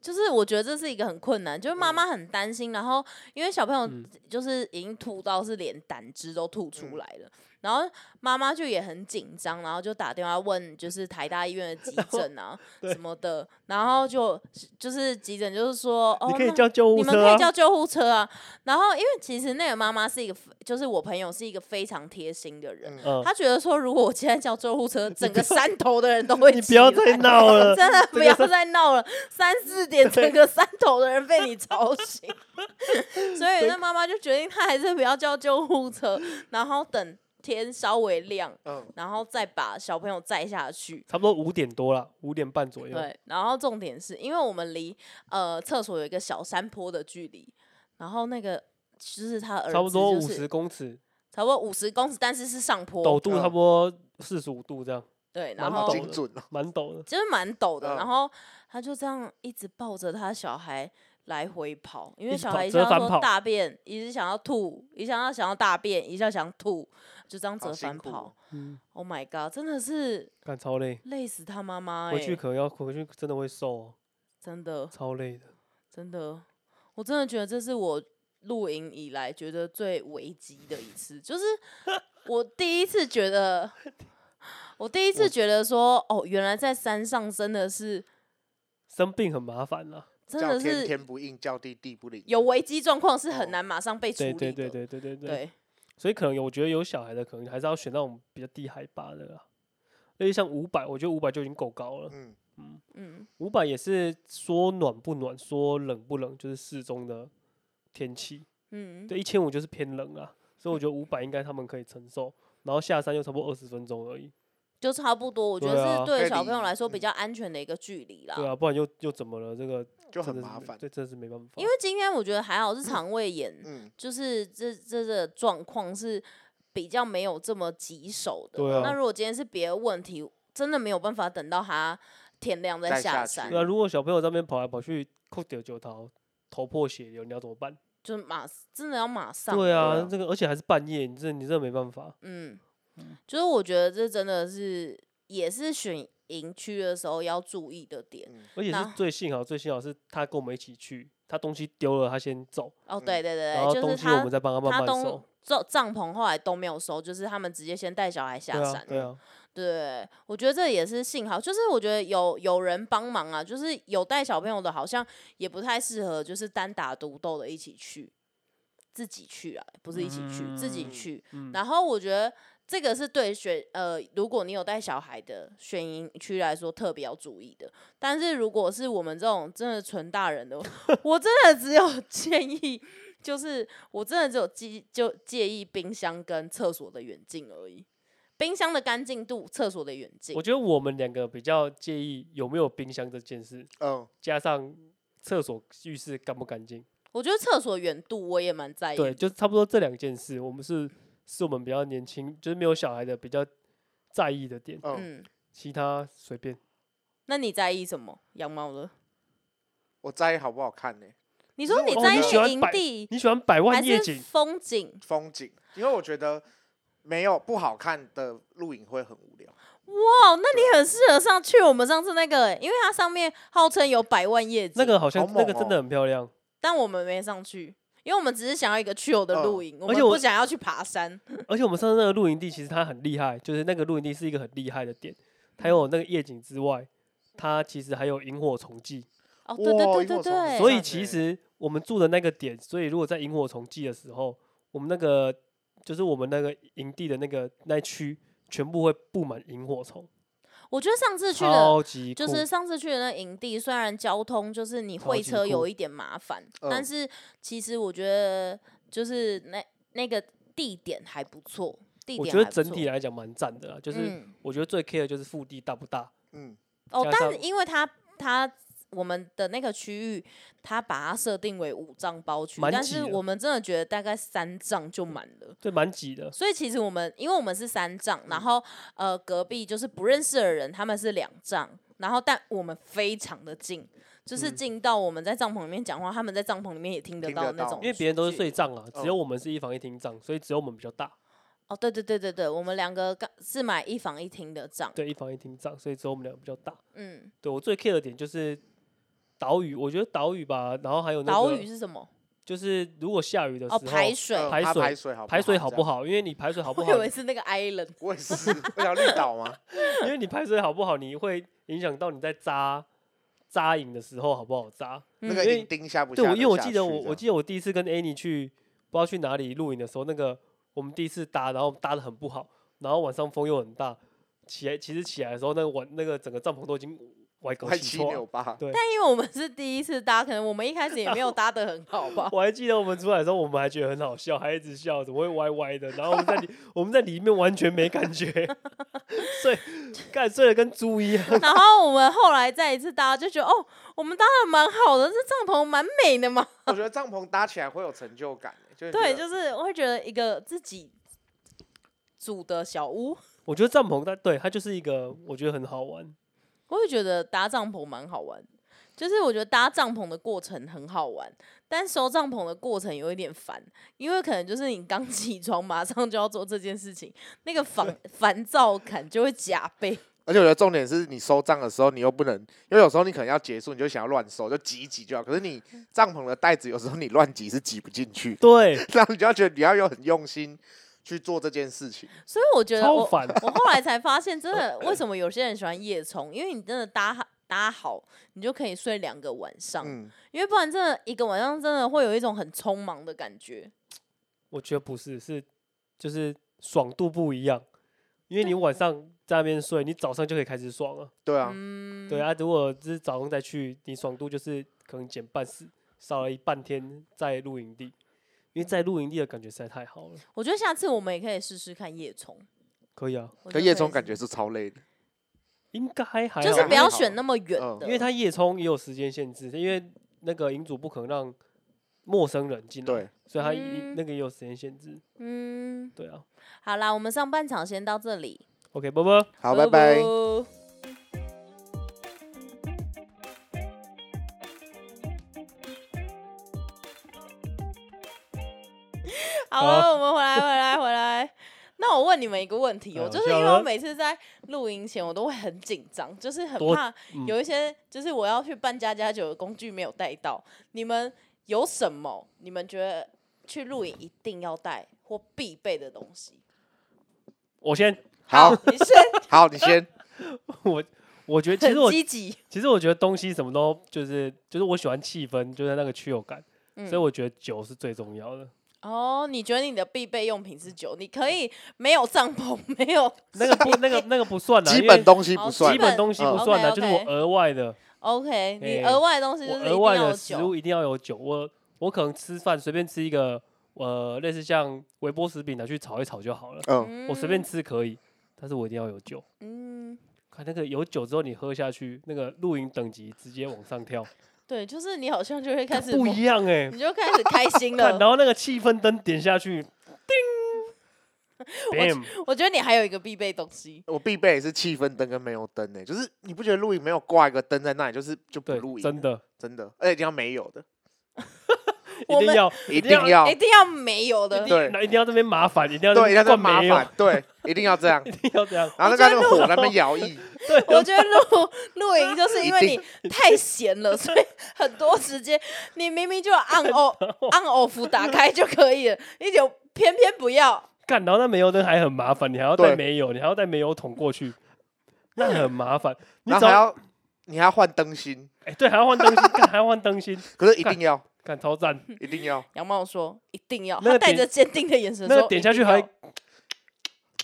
Speaker 3: 就是我觉得这是一个很困难，就是妈妈很担心，然后因为小朋友
Speaker 1: 嗯
Speaker 3: 就是已经吐到是连胆汁都吐出来
Speaker 1: 嗯
Speaker 3: 了，然后妈妈就也很紧张，然后就打电话问就是台大医院的急诊啊
Speaker 1: 对
Speaker 3: 什么的，然后就就是急诊就是说哦
Speaker 1: 你可以
Speaker 3: 那
Speaker 1: 叫救护
Speaker 3: 你们
Speaker 1: 车
Speaker 3: 可
Speaker 1: 啊
Speaker 3: 以，叫救护车啊。然后，因为其实那个妈妈是一个非，就是我朋友是一个非常贴心的人，
Speaker 2: 嗯
Speaker 1: 嗯，
Speaker 3: 她觉得说，如果我现在叫救 护车，整个山头的人都会
Speaker 1: 你不
Speaker 3: 起
Speaker 1: 要
Speaker 3: 来
Speaker 1: 再闹了，
Speaker 3: 真的不
Speaker 1: 个
Speaker 3: 要
Speaker 1: 山
Speaker 3: 再闹了，三四点整个山头的人被你吵 醒，所以那妈妈就决定她还是不要叫救护车，然后等天稍微亮，
Speaker 2: 嗯，
Speaker 3: 然后再把小朋友载下去。
Speaker 1: 差不多五点多了，五点半左右，
Speaker 3: 对，然后重点是因为我们离呃厕所有一个小山坡的距离，然后那个就是他的儿
Speaker 1: 差不
Speaker 3: 子
Speaker 1: 多
Speaker 3: 就
Speaker 1: 五
Speaker 3: 是
Speaker 1: 十公尺，
Speaker 3: 差不多五十公尺，但是是上
Speaker 1: 陡
Speaker 3: 坡，
Speaker 1: 度差不多四十五度这样，
Speaker 3: 对，
Speaker 1: 蛮
Speaker 3: 然后
Speaker 1: 陡
Speaker 2: 精
Speaker 1: 的
Speaker 2: 准哦。
Speaker 1: 蛮陡的。
Speaker 3: 就是蛮陡的，
Speaker 2: 嗯
Speaker 3: 然后他就这样一直抱着他小孩来回跑，因
Speaker 1: 一
Speaker 3: 为
Speaker 1: 直
Speaker 3: 小
Speaker 1: 跑
Speaker 3: 孩一
Speaker 1: 折
Speaker 3: 下
Speaker 1: 返
Speaker 3: 说
Speaker 1: 跑
Speaker 3: 大便，一直想要吐，一下要想要大便，一下想吐，就这样
Speaker 2: 好
Speaker 3: 折
Speaker 2: 辛
Speaker 3: 返
Speaker 2: 苦
Speaker 3: 跑
Speaker 2: 哦。
Speaker 1: 嗯，
Speaker 3: Oh my god，真的是
Speaker 1: 干超累，
Speaker 3: 累死他妈妈哎、
Speaker 1: 回去可能要回去真的会瘦哦，
Speaker 3: 真的。
Speaker 1: 超累的。
Speaker 3: 真的，我真的觉得这是我露营以来觉得最危机的一次，就是 我第一次觉得，我第一次觉得说，哦，原来在山上真的是，
Speaker 1: 生病很麻烦啦，
Speaker 3: 真
Speaker 2: 叫
Speaker 3: 的
Speaker 2: 天
Speaker 3: 是
Speaker 2: 天不应，叫地地不灵。
Speaker 3: 有危机状况是
Speaker 2: 哦
Speaker 3: 很难马上被处
Speaker 1: 对
Speaker 3: 理的。
Speaker 1: 对对对对对对，
Speaker 3: 对
Speaker 1: 所以可能有我觉得有小孩的，可能还是要选那种比较低海拔的啦。而且像五百，我觉得五百就已经够高了。
Speaker 2: 嗯，
Speaker 3: 嗯，
Speaker 1: 五百也是说暖不暖，说冷不冷，就是适中的天气。
Speaker 3: 嗯，
Speaker 1: 对，一千五就是偏冷啊，所以我觉得五百应该他们可以承受。然后下山又差不多二十分钟而已，
Speaker 3: 就差不多，我觉
Speaker 1: 对
Speaker 3: 得
Speaker 1: 啊
Speaker 3: 是
Speaker 2: 可
Speaker 3: 对
Speaker 2: 以
Speaker 3: 小
Speaker 2: 理
Speaker 3: 朋友来说比
Speaker 2: 嗯
Speaker 3: 较安全的一个距离啦。
Speaker 1: 对啊，不然又又怎么了？这个
Speaker 2: 就
Speaker 1: 真
Speaker 2: 很
Speaker 1: 的是
Speaker 2: 麻
Speaker 1: 没
Speaker 2: 烦。
Speaker 1: 对，真的是没办法。
Speaker 3: 因为今天我觉得还好是肠胃炎，
Speaker 2: 嗯，
Speaker 3: 就是这这个状况是比较没有这么棘手的。
Speaker 1: 对啊
Speaker 3: 那如果今天是别的问题，真的没有办法等到他天亮再
Speaker 2: 再
Speaker 3: 下
Speaker 2: 下
Speaker 3: 山
Speaker 2: 去
Speaker 1: 对，啊，如果小朋友在那边跑来跑去，扣丢九桃，头破血流，你要怎么办？
Speaker 3: 就马真的要马上。
Speaker 1: 对
Speaker 2: 对
Speaker 1: 啊
Speaker 2: 啊，
Speaker 1: 这个而且还是半夜，你这你真的没办法。
Speaker 3: 嗯，就是我觉得这真的是也是选营区的时候要注意的点。
Speaker 2: 嗯，
Speaker 1: 而且是
Speaker 3: 那
Speaker 1: 最幸好最幸好是他跟我们一起去，他东西丢了他先走，
Speaker 3: 哦，
Speaker 2: 嗯
Speaker 3: 对对对
Speaker 1: 然后
Speaker 3: 对，就
Speaker 1: 东
Speaker 3: 是
Speaker 1: 西我
Speaker 3: 他
Speaker 1: 们再帮他
Speaker 3: 他
Speaker 1: 慢慢
Speaker 3: 东
Speaker 1: 收。
Speaker 3: 帐帐篷后来都没有收，就是他们直接先带小孩下
Speaker 1: 对
Speaker 3: 山
Speaker 1: 啊，。对啊，
Speaker 3: 对，我觉得这也是幸好，就是我觉得有有人帮忙啊，就是有带小朋友的，好像也不太适合，就是单打独斗的一起去，自己去啊，不是一起去，自己
Speaker 2: 嗯
Speaker 3: 去。
Speaker 1: 嗯
Speaker 3: 然后我觉得这个是对选呃，如果你有带小孩的选营区来说特别要注意的。但是如果是我们这种真的纯大人的， 我真的只有 建议，就是我真的只有介就介意冰箱跟厕所的远近而已。冰箱的干净度，厕所的远近
Speaker 1: 我，觉得我们两个比较介意有没有冰箱这件事，
Speaker 2: 嗯，
Speaker 1: 加上厕所、浴室干不干净，
Speaker 3: 我觉得厕所远度我也蛮在意
Speaker 1: 对，
Speaker 3: 的。
Speaker 1: 就是差不多这两件事，我们是是我们比较年轻，就是没有小孩的比较在意的点，
Speaker 2: 嗯
Speaker 3: 嗯，
Speaker 1: 其他随便。
Speaker 3: 那你在意什么？养猫的？
Speaker 2: 我在意好不好看呢、
Speaker 3: 你
Speaker 2: 可
Speaker 3: 说
Speaker 2: 是
Speaker 3: 你
Speaker 2: 我
Speaker 3: 在
Speaker 2: 觉得
Speaker 1: 喜欢
Speaker 3: 意营
Speaker 1: 摆
Speaker 3: 地
Speaker 1: 你喜欢百
Speaker 3: 还
Speaker 1: 万夜
Speaker 3: 是
Speaker 1: 景，
Speaker 3: 风景？
Speaker 2: 风景，因为我觉得没有不好看的录影会很无聊。
Speaker 3: 哇，那你很适合上去我们上次那个、欸，因为它上面号称有百万夜景，
Speaker 1: 那个好像
Speaker 2: 好
Speaker 1: 那个
Speaker 2: 猛
Speaker 1: 真的
Speaker 2: 哦
Speaker 1: 很漂亮。
Speaker 3: 但我们没上去，因为我们只是想要一个去有的
Speaker 2: 嗯
Speaker 3: 露营，我
Speaker 1: 哦而且
Speaker 3: 们
Speaker 1: 我
Speaker 3: 不想要去爬山。
Speaker 1: 而且我们上次那个露营地，其实它很厉害，就是那个露营地是一个很厉害的点，它有那个夜景之外，它其实还有萤火虫季，
Speaker 3: 哦，对对
Speaker 2: 哇
Speaker 3: 对
Speaker 2: 萤
Speaker 3: 对
Speaker 2: 火虫
Speaker 3: 对，
Speaker 1: 所
Speaker 2: 赞
Speaker 1: 以
Speaker 2: 欸
Speaker 1: 其实我们住的那个点，所以如果在萤火虫季的时候，我们那个就是我们那个营地的那个那一区，全部会布满萤火虫，
Speaker 3: 我觉得上次去的。
Speaker 1: 超级酷。
Speaker 3: 就是上次去的那营地，虽然交通就是你
Speaker 1: 超
Speaker 3: 会
Speaker 1: 级
Speaker 3: 车有
Speaker 1: 酷
Speaker 3: 一点麻烦，
Speaker 2: 嗯
Speaker 3: 但是其实我觉得就是那那个地点还不错，地
Speaker 1: 我
Speaker 3: 点
Speaker 1: 觉得
Speaker 3: 还不
Speaker 1: 整
Speaker 3: 错
Speaker 1: 体来讲蛮赞的啦，就是
Speaker 3: 嗯
Speaker 1: 我觉得最 care 就是腹地大不大，
Speaker 2: 嗯，
Speaker 3: 哦
Speaker 1: 加，
Speaker 3: 但是
Speaker 1: 上
Speaker 3: 因为它它我们的那个区域，它把它设定为五丈包区，
Speaker 1: 蛮
Speaker 3: 但
Speaker 1: 挤
Speaker 3: 是
Speaker 1: 的
Speaker 3: 我们真的觉得大概三丈就满了。
Speaker 1: 对，蛮挤的。
Speaker 3: 所以其实我们，因为我们是三丈，
Speaker 1: 嗯
Speaker 3: 然后呃隔壁就是不认识的人，他们是两丈，然后但我们非常的近，
Speaker 1: 嗯
Speaker 3: 就是近到我们在帐篷里面讲话，他们在帐篷里面也听得
Speaker 2: 听得
Speaker 3: 到那
Speaker 2: 到
Speaker 3: 种数据，
Speaker 1: 因为别人都是睡帐啊，只有
Speaker 2: 嗯
Speaker 1: 我们是一房一厅帐，所以只有我们比较大。
Speaker 3: 哦，对对对对对，我们两个刚是买一房一厅的帐，
Speaker 1: 对，一房一厅帐，所以只有我们两个比较大。
Speaker 3: 嗯，
Speaker 1: 对我最 care 的点就是岛屿，我觉得岛屿吧，然后还有那个
Speaker 3: 岛屿是什么？
Speaker 1: 就是如果下雨的时
Speaker 3: 哦，
Speaker 1: 候，嗯
Speaker 3: 排水，
Speaker 2: 呃
Speaker 1: 排
Speaker 2: 它
Speaker 1: 水
Speaker 2: 排水好
Speaker 1: 排水好不
Speaker 2: 好
Speaker 1: 好？因为你排水好不
Speaker 3: 我
Speaker 1: 好
Speaker 3: 以，为是那个 island。
Speaker 2: 这样？我也是，我想绿岛 吗？
Speaker 1: 因为你排水好不好，你会影响到你在扎扎营的时候好不好扎。
Speaker 2: 那
Speaker 3: 嗯
Speaker 2: 个
Speaker 1: 因为
Speaker 2: 银钉下不下
Speaker 1: 对，
Speaker 2: 得
Speaker 1: 我
Speaker 2: 下去？
Speaker 1: 因为我记得我
Speaker 2: 这
Speaker 1: 我
Speaker 2: 样
Speaker 1: 记得我第一次跟 Annie 去不知道去哪里露营的时候，那个我们第一次搭，然后搭的很不好，然后晚上风又很大，起来其实起来的时候，那个晚那个整个帐篷都已经歪狗
Speaker 2: 歪
Speaker 1: 起
Speaker 2: 七
Speaker 1: 错
Speaker 2: 扭
Speaker 1: 了。
Speaker 2: 八，
Speaker 1: 对。
Speaker 3: 因为我们是第一次搭，可能我们一开始也没有搭的很好吧
Speaker 1: 我还记得我们出来的时候，我们还觉得很好笑，还一直笑，怎么会歪歪的？然后我们在 里我们在里面完全没感觉， 睡干睡得跟猪一样。
Speaker 3: 然后我们后来再一次搭，就觉得哦，我们搭的蛮好的，这帐篷蛮美的嘛。
Speaker 2: 我觉得帐篷搭起来会有成就感欸，就是觉得
Speaker 3: 对，就是我会觉得一个自己组的小屋，
Speaker 1: 我觉得帐篷它对它就是一个我觉得很好玩，，
Speaker 3: 我会觉得搭帐篷蛮好玩。就是我觉得搭帐篷的过程很好玩，但收帐篷的过程有一点烦，因为可能就是你刚 起床马上就要做这件事情，那个烦烦躁感就会加倍。
Speaker 2: 而且我觉得重点是你收账的时候，你又不能，因为有时候你可能要结束，你就想要乱收，就挤一挤就好。可是你帐篷的袋子有时候你乱挤是挤不进去
Speaker 1: 对，
Speaker 2: 然后你就要觉得你要有很用心去做这件事情。嗯
Speaker 3: 所以我觉得
Speaker 1: 超
Speaker 3: 我
Speaker 1: 烦。
Speaker 3: 我后来才发现，
Speaker 2: 哦
Speaker 3: 真的为什么有些人喜欢夜冲，因为你真的搭好搭好，你就可以睡两个晚上，
Speaker 2: 嗯，
Speaker 3: 因为不然真的一个晚上真的会有一种很匆忙的感觉。
Speaker 1: 我觉得不是，是就是爽度不一样，因为你晚上在那边睡，你早上就可以开始爽了。
Speaker 2: 对啊，
Speaker 3: 嗯，
Speaker 1: 对啊，如果是早上再去，你爽度就是可能减半死，少了一半天在露营地，因为在露营地的感觉实在太好了。
Speaker 3: 我觉得下次我们也可以试试看夜冲。
Speaker 1: 可以啊，
Speaker 3: 我
Speaker 2: 可
Speaker 3: 觉得
Speaker 2: 夜
Speaker 3: 可以
Speaker 2: 冲
Speaker 3: 试
Speaker 2: 感觉是超累的。
Speaker 1: 应该还好，啊
Speaker 3: 就是不要
Speaker 2: 还好
Speaker 3: 选那么远
Speaker 2: 嗯
Speaker 3: 的，
Speaker 1: 因为它夜冲也有时间限制，因为那个营主不可能让陌生人进来，
Speaker 2: 对，
Speaker 1: 所以它一、
Speaker 3: 嗯
Speaker 1: 那个也有时间限制。
Speaker 3: 嗯，
Speaker 1: 对啊
Speaker 3: 好啦，我们上半场先到这里，
Speaker 1: ，OK，波波。
Speaker 2: 好，拜 拜。
Speaker 3: 啵啵好了，我们回来，回来，回来。那我 问你们一个问题，
Speaker 1: 哎
Speaker 3: 我
Speaker 1: 我
Speaker 3: 就是
Speaker 1: 晓
Speaker 3: 因为我
Speaker 1: 得
Speaker 3: 每次在录音前，我都会很紧张，就是很
Speaker 1: 多
Speaker 3: 怕
Speaker 1: 嗯
Speaker 3: 有一些，就是我要去办家家酒的工具没有带到。你们有什么？你们觉得去录影一定要带或必备的东西？
Speaker 1: 我先，
Speaker 2: 好
Speaker 3: 你是
Speaker 2: 好，你先。
Speaker 1: 我我 觉得其实
Speaker 3: 很
Speaker 1: 我
Speaker 3: 积极，
Speaker 1: 其实我觉得东西什么都就是就是我喜欢气氛，就是那个驱有感，所以
Speaker 3: 嗯，
Speaker 1: 我觉得酒是最重 要的。
Speaker 3: 哦，你觉得你的必备用品是酒？你
Speaker 1: 嗯
Speaker 3: 可以没有帐篷，没有
Speaker 1: 那个不那个那个不算啦，
Speaker 2: 基
Speaker 1: 因
Speaker 2: 本
Speaker 1: 为
Speaker 2: 东西不
Speaker 3: 好
Speaker 2: 算
Speaker 1: 基
Speaker 3: 基，
Speaker 1: 本
Speaker 3: 本
Speaker 1: 东西
Speaker 2: 嗯
Speaker 1: 不算啦，
Speaker 3: 哦 OK，OK
Speaker 1: 就是我额外的
Speaker 3: OK，你
Speaker 1: 哎
Speaker 3: 额外的东西
Speaker 1: 我
Speaker 3: 就是
Speaker 1: 额
Speaker 3: 一定
Speaker 1: 外
Speaker 3: 要
Speaker 1: 的
Speaker 3: 有
Speaker 1: 食物
Speaker 3: 酒。
Speaker 1: 一定要有酒。我我可能吃饭随便吃一个呃类似像微波食品啊拿去炒一炒就好了，
Speaker 2: 嗯，
Speaker 1: 我随便吃可以，但是我一定要有酒。
Speaker 3: 嗯，嗯，
Speaker 1: 看那个有酒之后，你喝下去，那个露营等级直接往上跳，
Speaker 3: 对，就是嗯你好像就会开始
Speaker 1: 不
Speaker 3: 摸
Speaker 1: 一样哎、
Speaker 3: 你就开始开 心
Speaker 1: 看，
Speaker 3: 了。
Speaker 1: 然后那个气氛灯点下去，叮，bam，
Speaker 3: 我觉得你还有一个必备东西，
Speaker 2: 我必备也是气氛灯跟没有灯呢，就是你不觉得露营没有挂一个灯在那里，就是就不露
Speaker 1: 对，
Speaker 2: 营，
Speaker 1: 真的
Speaker 2: 真的，而且一定要没有的，
Speaker 1: 一
Speaker 3: 我
Speaker 1: 定
Speaker 3: 们
Speaker 1: 要
Speaker 2: 一
Speaker 1: 定要
Speaker 2: 定要
Speaker 3: 一定要哎没有的。
Speaker 2: 对
Speaker 1: 那一定要这边麻烦，一定要
Speaker 2: 对，一定要这
Speaker 1: 灌
Speaker 2: 么麻
Speaker 1: 没有，
Speaker 2: 烦，啊对，一定要这样。
Speaker 1: 一定要这样，
Speaker 2: 然后那个那个火在那边摇曳，
Speaker 3: 我觉得露露营就是因为
Speaker 2: 一
Speaker 3: 你太闲了，所以很多时间你明明就 on off on off 打开就可以了，你就偏偏不要。
Speaker 1: 干，然后那煤油灯还很麻烦，你还要带
Speaker 2: 对
Speaker 1: 煤油，你还要带煤油桶过去，那很麻烦。 你
Speaker 2: 然
Speaker 1: 只
Speaker 2: 后还
Speaker 1: 要
Speaker 2: 要你还要换灯芯，
Speaker 1: 哎、对，还要换灯芯，干还要换灯芯，
Speaker 2: 可是一定 要
Speaker 1: 干超赞。
Speaker 2: 一定要
Speaker 3: 杨茂说一定要，
Speaker 1: 那
Speaker 3: 他
Speaker 1: 个
Speaker 3: 带
Speaker 1: 点
Speaker 3: 着坚定的眼神
Speaker 1: 那
Speaker 3: 说
Speaker 1: 个点下去还
Speaker 3: 一定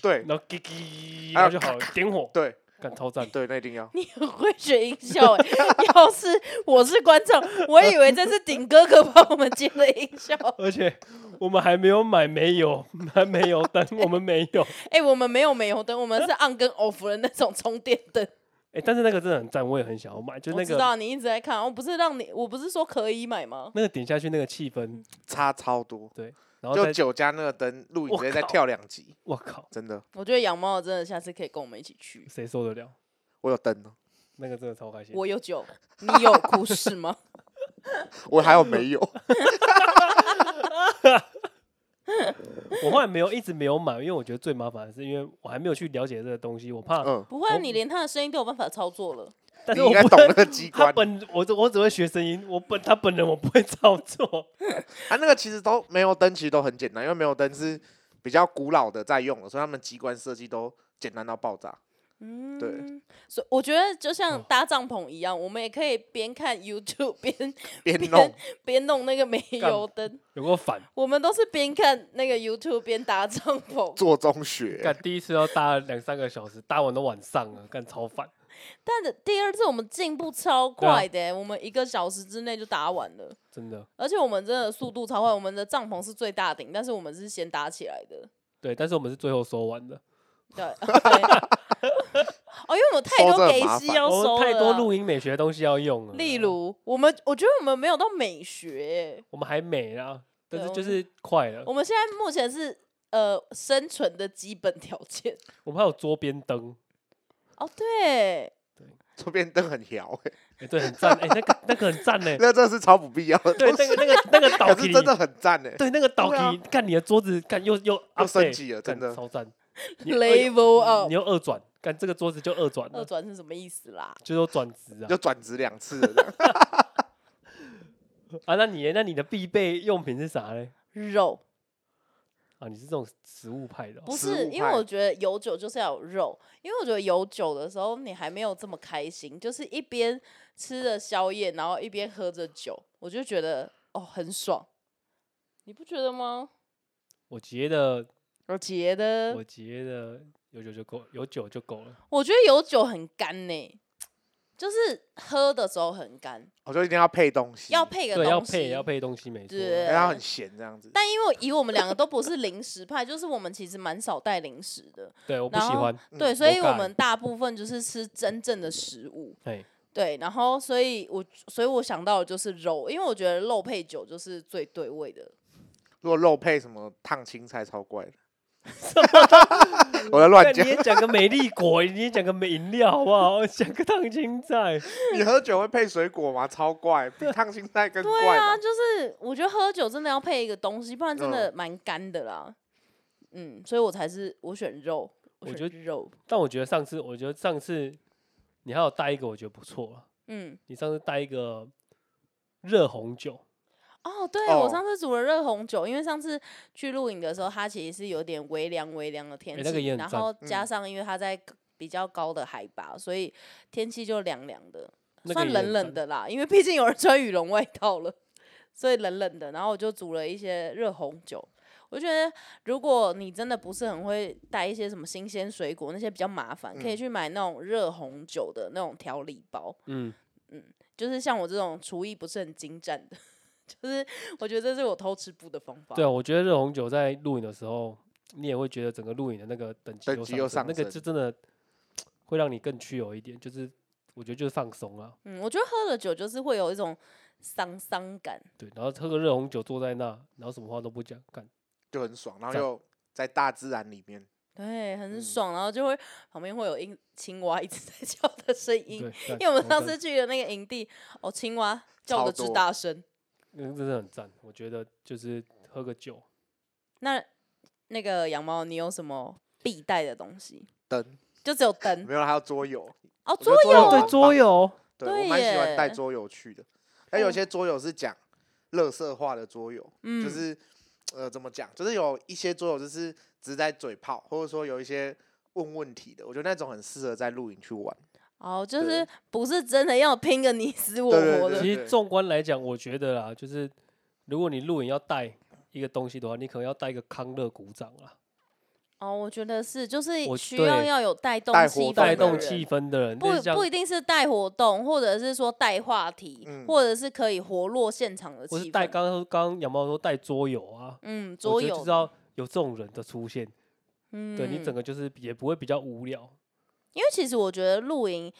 Speaker 2: 对
Speaker 1: 然后叽叽，
Speaker 2: 还
Speaker 1: 然后
Speaker 2: 有
Speaker 1: 就好了，点火，
Speaker 2: 对
Speaker 1: 干超赞。
Speaker 2: 对，那一定要。
Speaker 3: 要你很会学音效哎、 要是我是观众，我以为这是顶哥哥帮我们接的音效。
Speaker 1: 而且我们还没有买煤油， 还没有灯，我们没 有。
Speaker 3: 哎、我们没有煤油灯，我们是 on 跟 off 的那种充电灯。
Speaker 1: 哎、但是那个真的很赞，我也很想要买， 就是
Speaker 3: 我
Speaker 1: 那
Speaker 3: 知
Speaker 1: 个
Speaker 3: 道你一直在看，哦我不是让你，我不是说可以买吗？
Speaker 1: 那个点下去那个气氛，
Speaker 2: 差超多，
Speaker 1: 然后
Speaker 2: 就
Speaker 1: 再
Speaker 2: 酒加那个灯，录影
Speaker 1: 我
Speaker 2: 直接再
Speaker 1: 靠
Speaker 2: 跳两集，
Speaker 1: 我靠，
Speaker 2: 真的，
Speaker 3: 我觉得养猫真的下次可以跟我们一起去。
Speaker 1: 谁受得了？
Speaker 2: 我有灯 哦，
Speaker 1: 那个真的超开心。
Speaker 3: 我有酒，你有故事 吗？
Speaker 2: 我还有没有？
Speaker 1: 我后来没有一直没有买，因为我觉得最麻烦的是，因为我还没有去了解这个东西，我怕。
Speaker 2: 嗯，
Speaker 3: 不会啊，
Speaker 1: 我
Speaker 3: 你连他的声音都有办法操作了。
Speaker 1: 但
Speaker 2: 你
Speaker 1: 是我
Speaker 2: 应该
Speaker 1: 不
Speaker 2: 懂
Speaker 1: 会
Speaker 2: 那 个机
Speaker 1: 他
Speaker 2: 关。
Speaker 1: 本我只我只会学声音，我本他本人我不会操 作。
Speaker 2: 啊，那个其实都没有灯，其实都很简单，因为没有灯是比较古老的在用的，所以他们机关设计都简单到爆炸。
Speaker 3: 嗯，
Speaker 2: 对。
Speaker 3: 所以我觉得就像
Speaker 1: 哦
Speaker 3: 搭帐篷一样，我们也可以边看 YouTube 边
Speaker 2: 边
Speaker 3: 边
Speaker 2: 弄，
Speaker 3: 边弄那个煤油灯。
Speaker 1: 有够烦，
Speaker 3: 我们都是边看那个 YouTube 边搭帐篷，
Speaker 2: 做中学
Speaker 1: 干，第一次要搭两三个小时，搭完都晚上了，干超烦。
Speaker 3: 但是第二次我们进步超快的欸、我们一个小时之内就搭完了。
Speaker 1: 真的。
Speaker 3: 而且我们真的速度超快，我们的帐篷是最大顶，但是我们是先搭起来的。
Speaker 1: 对，但是我们是最后收完的，
Speaker 3: 对，对哦，因为我们太
Speaker 2: 收这
Speaker 3: 多
Speaker 2: 很
Speaker 3: 给
Speaker 2: 麻
Speaker 3: 息
Speaker 2: 烦
Speaker 3: 要
Speaker 1: 我
Speaker 3: 收
Speaker 1: 们太
Speaker 3: 了
Speaker 1: 多
Speaker 3: 啊
Speaker 1: 露营美学的东西要用了。
Speaker 3: 例如，我们我觉得我们没有到美学欸、
Speaker 1: 我们还美啦，但是
Speaker 3: 对
Speaker 1: 就
Speaker 3: 我们
Speaker 1: 是快了。
Speaker 3: 我们现在目前是呃生存的基本条件。
Speaker 1: 我们还有桌边灯，
Speaker 3: 哦，对，
Speaker 2: 桌边灯很摇、欸，
Speaker 1: 哎，对，很赞，哎，那个 那个很赞呢。
Speaker 2: 那这是超不必要的
Speaker 1: 对，
Speaker 2: 东西，
Speaker 1: 那个那个那个导
Speaker 2: 可
Speaker 1: 体
Speaker 2: 是，真的很赞诶、
Speaker 1: 对，那个导
Speaker 2: 对啊
Speaker 1: 体，干你的桌子，干又又 update，
Speaker 2: 升级了
Speaker 1: 干
Speaker 2: 真的
Speaker 1: 超 赞。你二
Speaker 3: level
Speaker 1: 你
Speaker 3: up
Speaker 1: 又二转，干这个桌子就二转
Speaker 3: 二
Speaker 1: 了，
Speaker 3: 转是什么意思啦？
Speaker 1: 就说转职啊
Speaker 2: 就。转职两次了这样
Speaker 1: 啊，那你耶那你的必备用品是啥嘞？
Speaker 3: 肉
Speaker 1: 啊，你是这种食物派的哦、
Speaker 3: 不
Speaker 2: 食
Speaker 3: 是，
Speaker 2: 物
Speaker 3: 因为
Speaker 2: 派
Speaker 3: 我觉得有酒就是要有肉，因为我觉得有酒的时候你还没有这么开心，就是一边吃着宵夜，然后一边喝着酒，我就觉得哦很爽，你不觉得吗？
Speaker 1: 我觉得，
Speaker 3: 我觉得
Speaker 1: 我觉得有酒就够，有酒就够了。
Speaker 3: 我觉得有酒很干呢、就是喝的时候很干，
Speaker 2: 我就一定要配东西，
Speaker 3: 要，配个
Speaker 1: 对，要
Speaker 3: 东西，
Speaker 1: 配要配东西没错。
Speaker 3: 对
Speaker 2: 要很咸这样子。
Speaker 3: 但因为以我们两个都不是零食派，就是我们其实蛮少带零食的，
Speaker 1: 对，我不
Speaker 3: 然
Speaker 1: 喜
Speaker 3: 后
Speaker 1: 欢。
Speaker 3: 对，
Speaker 2: 嗯
Speaker 3: 所以
Speaker 1: 我
Speaker 3: 我
Speaker 1: 改
Speaker 3: 们大部分就是吃真正的食物，
Speaker 1: 哎，
Speaker 3: 对，然后所以我所以我想到的就是肉，因为我觉得肉配酒就是最对味的。
Speaker 2: 如果肉配什么烫青菜，超怪的。
Speaker 1: 什么都
Speaker 2: 我在乱
Speaker 1: 干
Speaker 2: 讲
Speaker 1: 你，也讲个美丽果，你也讲个美饮料好不好？讲个烫青菜，
Speaker 2: 你喝酒会配水果吗？超怪，比烫青菜更
Speaker 3: 对
Speaker 2: 怪
Speaker 3: 啊，
Speaker 2: 吧。
Speaker 3: 就是我觉得喝酒真的要配一个东西，不然真的蛮干的啦。嗯，所以我才是我选肉，
Speaker 1: 我
Speaker 3: 选
Speaker 1: 觉
Speaker 3: 肉，
Speaker 1: 但我觉得上次，我觉得上次你还有带一个，我觉得不错了。
Speaker 3: 嗯，
Speaker 1: 你上次带一个热红酒，
Speaker 3: 哦，对
Speaker 2: 哦
Speaker 3: 我上次煮了热红酒，因为上次去露营的时候，它其实是有点微凉微凉的天
Speaker 1: 哎
Speaker 3: 气，
Speaker 1: 那个也很
Speaker 3: 然
Speaker 1: 赞嗯
Speaker 3: 后加上因为它在比较高的海拔，所以天气就凉凉的，
Speaker 1: 那个
Speaker 3: 算
Speaker 1: 也
Speaker 3: 冷
Speaker 1: 很
Speaker 3: 冷
Speaker 1: 赞
Speaker 3: 的啦，因为毕竟有人穿羽绒外套了， 所以冷冷的。然后我就煮了一些热红酒。我觉得，如果你真的不是很会带一些什么新鲜水果，那些比较麻烦，可以
Speaker 2: 嗯
Speaker 3: 去买那种热红酒的那种调理包。
Speaker 1: 嗯，
Speaker 3: 就是像我这种厨艺不是很精湛的， 就是我觉得这是我偷吃布的方法。
Speaker 1: 对啊，我觉得热红酒在录影的时候，你也会觉得整个录影的那个等级
Speaker 2: 等
Speaker 1: 又
Speaker 2: 级又
Speaker 1: 上升那个
Speaker 2: 上
Speaker 1: 就真的会让你更屈有一点，就是我觉得就是放松啊，
Speaker 3: 嗯，我觉得喝了酒就是会有一种丧丧感。
Speaker 1: 对，然后喝个热红酒坐在那，然后什么话都不讲，干
Speaker 2: 就很爽，然后
Speaker 1: 赞
Speaker 2: 又在大自然里面，
Speaker 3: 对，很
Speaker 2: 嗯
Speaker 3: 爽，然后就会旁边会有一青蛙一直在叫的声音，
Speaker 1: 对，
Speaker 3: 因
Speaker 1: 干
Speaker 3: 为我们
Speaker 1: 超
Speaker 3: 上
Speaker 1: 赞
Speaker 3: 次去的那个营地，哦，青蛙叫的
Speaker 2: 超
Speaker 3: 之
Speaker 2: 多
Speaker 3: 大声。
Speaker 1: 那真的很赞，我觉得就是喝个酒，
Speaker 3: 那那个羊毛，你有什么必带的东西？
Speaker 2: 灯
Speaker 3: 就只有灯
Speaker 2: 没有啦，还有桌游，
Speaker 3: 哦，
Speaker 2: 觉
Speaker 3: 桌
Speaker 2: 得桌
Speaker 3: 游
Speaker 2: 游
Speaker 1: 哦，对，
Speaker 2: 很
Speaker 3: 啊
Speaker 1: 桌游，
Speaker 2: 对
Speaker 3: 对
Speaker 2: 我蛮喜欢带
Speaker 3: 耶
Speaker 2: 桌游去的，但有
Speaker 3: 哦
Speaker 2: 些桌游是讲乐色化的桌游，
Speaker 3: 嗯，
Speaker 2: 就是呃怎么讲，就是有一些桌游就是只是在嘴炮，或者说有一些问问题的，我觉得那种很适合在露营去玩。
Speaker 3: 哦，就
Speaker 2: 对
Speaker 3: 是不是真的要拼个你死我
Speaker 2: 对对
Speaker 3: 活
Speaker 2: 对
Speaker 3: 的，
Speaker 1: 其实
Speaker 2: 对
Speaker 1: 纵观来讲，我觉得啦，就是如果你录影要带一个东西的话，你可能要带一个康乐鼓掌啊，
Speaker 3: 哦，我觉得是，就是
Speaker 1: 我
Speaker 3: 需
Speaker 1: 对
Speaker 3: 要要有带动
Speaker 2: 带
Speaker 3: 气
Speaker 2: 活
Speaker 3: 氛
Speaker 2: 动
Speaker 1: 带
Speaker 3: 的
Speaker 1: 动
Speaker 3: 人
Speaker 1: 气，氛的人，
Speaker 3: 不
Speaker 1: 就是像
Speaker 3: 不一定是带活动，或者是说带话题，
Speaker 2: 嗯
Speaker 3: 或者是可以活络现场的
Speaker 1: 我是
Speaker 3: 气氛。
Speaker 1: 带刚刚刚刚羊毛说带桌游啊，
Speaker 3: 嗯，
Speaker 1: 我
Speaker 3: 桌
Speaker 1: 觉得
Speaker 3: 游
Speaker 1: 就，是要有这种人的出现，
Speaker 3: 嗯，
Speaker 1: 对你整个就是也不会比较无聊，
Speaker 3: 因为其实我觉得露营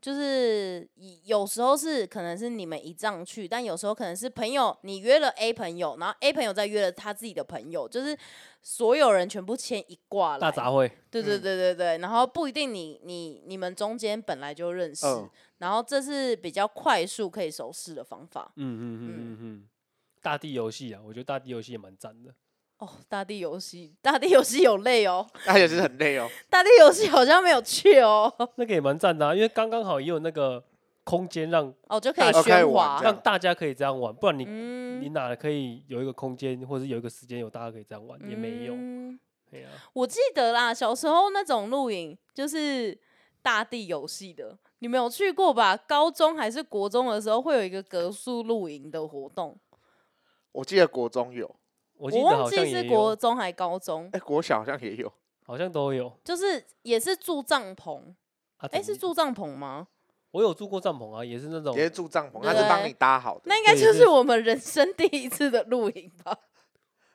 Speaker 3: 就是以有时候是可能是你们一仗去，但有时候可能是朋友你约了 A 朋友，然后 A 朋友再约了他自己的朋友，就是所有人全部牵一挂
Speaker 1: 大
Speaker 3: 来。
Speaker 1: 杂烩，
Speaker 3: 对对
Speaker 2: 嗯
Speaker 3: 对对对，然后不一定你你你们中间本来就认识，
Speaker 2: 嗯，
Speaker 3: 然后这是比较快速可以熟识的方法。
Speaker 1: 嗯嗯嗯嗯嗯，大地游戏啊，我觉得大地游戏也蛮赞的，
Speaker 3: 哦，大地游戏，大地游戏有累哦，
Speaker 2: 那也是很累哦。
Speaker 3: 大地游戏好像没有去哦，
Speaker 1: 那个也蛮赞的、啊，因为刚刚好也有那个空间让
Speaker 3: 哦就可
Speaker 2: 大
Speaker 3: 以
Speaker 2: 家可以
Speaker 3: 喧
Speaker 2: 玩
Speaker 3: 哗
Speaker 2: 这。
Speaker 1: 让
Speaker 2: 样
Speaker 1: 大家可以这样玩，不然你你
Speaker 3: 嗯，
Speaker 1: 哪可以有一个空间，或者有一个时间有大家可以这样玩，也没有。
Speaker 3: 嗯
Speaker 1: 哎呀、
Speaker 3: 我记得啦，小时候那种露营就是大地游戏的，你们有去过吧？高中还是国中的时候会有一个格数露营的活动，
Speaker 2: 我记得国中有，
Speaker 1: 我
Speaker 3: 我
Speaker 1: 记得
Speaker 3: 忘
Speaker 1: 好
Speaker 3: 记
Speaker 1: 像
Speaker 3: 是
Speaker 1: 也
Speaker 3: 国
Speaker 1: 有，
Speaker 3: 中还高中，
Speaker 2: 哎、国小好像也有，
Speaker 1: 好像都有。
Speaker 3: 就是也是住帐篷，
Speaker 1: 啊，
Speaker 3: 哎、
Speaker 1: 怎
Speaker 3: 是
Speaker 1: 么
Speaker 3: 住帐篷吗？
Speaker 1: 我有住过帐篷啊，也是那种
Speaker 2: 也是住帐篷，
Speaker 3: 对
Speaker 2: 他是帮你搭好的，
Speaker 3: 那应该
Speaker 1: 对
Speaker 3: 就是
Speaker 1: 是
Speaker 3: 我们人生第一次的露营 吧？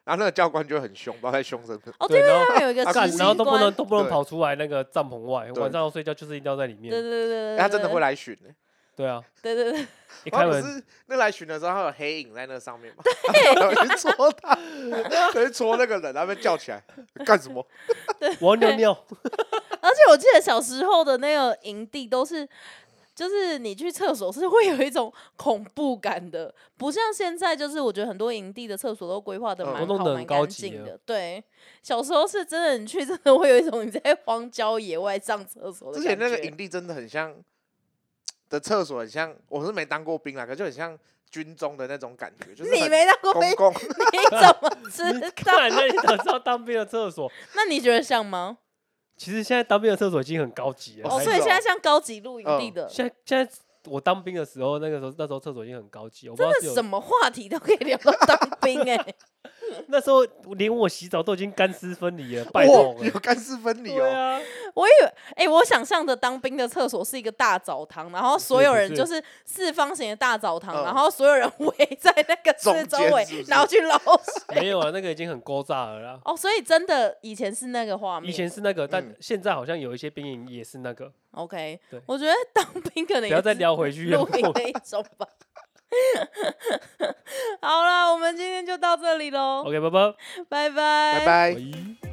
Speaker 2: 然后那个教官就很凶，不知道在凶什么。
Speaker 3: 哦，
Speaker 1: 对，
Speaker 3: 对，
Speaker 1: 然后
Speaker 3: 他们有一个
Speaker 2: 啊
Speaker 1: 干
Speaker 3: 执，行
Speaker 1: 然后都不能
Speaker 3: 官，
Speaker 1: 都不能
Speaker 2: 对
Speaker 1: 跑出来那个帐篷外，
Speaker 2: 对
Speaker 1: 晚上要睡觉就是一定要在里
Speaker 3: 对对
Speaker 1: 面。
Speaker 3: 对对
Speaker 2: 哎
Speaker 3: 对，
Speaker 2: 他真的会
Speaker 3: 来，
Speaker 2: 来巡的、
Speaker 1: 对 啊，
Speaker 3: 对对对，
Speaker 1: 一
Speaker 2: 然
Speaker 1: 开
Speaker 2: 后
Speaker 1: 门
Speaker 2: 可是那来巡的时候，他有黑影在那上面嘛，然后有人去戳他，有人去戳那个人，然后被叫起来干什么？
Speaker 1: 我要尿尿，
Speaker 3: 而且我记得小时候的那个营地都是，就是你去厕所是会有一种恐怖感的，不像现在，就是我觉得很多营地的厕所都规划的
Speaker 2: 嗯
Speaker 3: 蛮
Speaker 1: 弄
Speaker 2: 都
Speaker 3: 好、
Speaker 1: 得
Speaker 3: 蛮
Speaker 1: 很高
Speaker 3: 干
Speaker 1: 级
Speaker 3: 净
Speaker 1: 了
Speaker 3: 的。对，小时候是真的，你去真的会有一种你在荒郊野外上厕所的
Speaker 2: 之
Speaker 3: 感觉。
Speaker 2: 前那个营地真的很像的厕所，很像我是没当过兵啊，可就很像军中的那种感觉，就是
Speaker 3: 你
Speaker 2: 很
Speaker 3: 没当过
Speaker 2: 公
Speaker 3: 兵，
Speaker 2: 共
Speaker 3: 你 怎么知 道？
Speaker 1: 看那 你早知道当兵的厕所。
Speaker 3: 那你觉得像吗？
Speaker 1: 其实现在当兵的厕所已经很高级了，
Speaker 3: 哦，
Speaker 1: 还
Speaker 3: 所以
Speaker 2: 有
Speaker 3: 现在像高级露营
Speaker 2: 嗯
Speaker 3: 地的，
Speaker 1: 现在现在我当兵的时候，那个时候那时候厕所已经很高级，我不知道是
Speaker 3: 那什
Speaker 1: 有
Speaker 3: 么话题都可以聊到当兵哎、
Speaker 1: 那时候连我洗澡都已经干湿分离了，拜
Speaker 2: 哦
Speaker 1: 托，
Speaker 2: 有干湿分离
Speaker 1: 对
Speaker 2: 哦，
Speaker 1: 啊，
Speaker 3: 我以为，哎、我想象的当兵的厕所是一个大澡堂，然后所有人
Speaker 1: 不
Speaker 3: 就是是四方形的大澡堂，
Speaker 2: 嗯
Speaker 3: 然后所有人围在那个四周围，
Speaker 2: 中间是不是
Speaker 3: 然后去捞水。
Speaker 1: 没有啊，那个已经很勾炸了啦。
Speaker 3: 哦，所以真的以前是那个画面。
Speaker 1: 以前是那个，但
Speaker 2: 嗯
Speaker 1: 现在好像有一些兵营也是那个，
Speaker 3: OK，
Speaker 1: 对
Speaker 3: 我觉得当兵可能
Speaker 1: 不
Speaker 3: 也
Speaker 1: 要再
Speaker 3: 是
Speaker 1: 聊回去了。
Speaker 3: 露营的一种吧。 好了，我们今天就到这里喽，哦
Speaker 1: OK，拜拜，哎
Speaker 3: 拜拜，
Speaker 2: 拜拜。
Speaker 1: 喂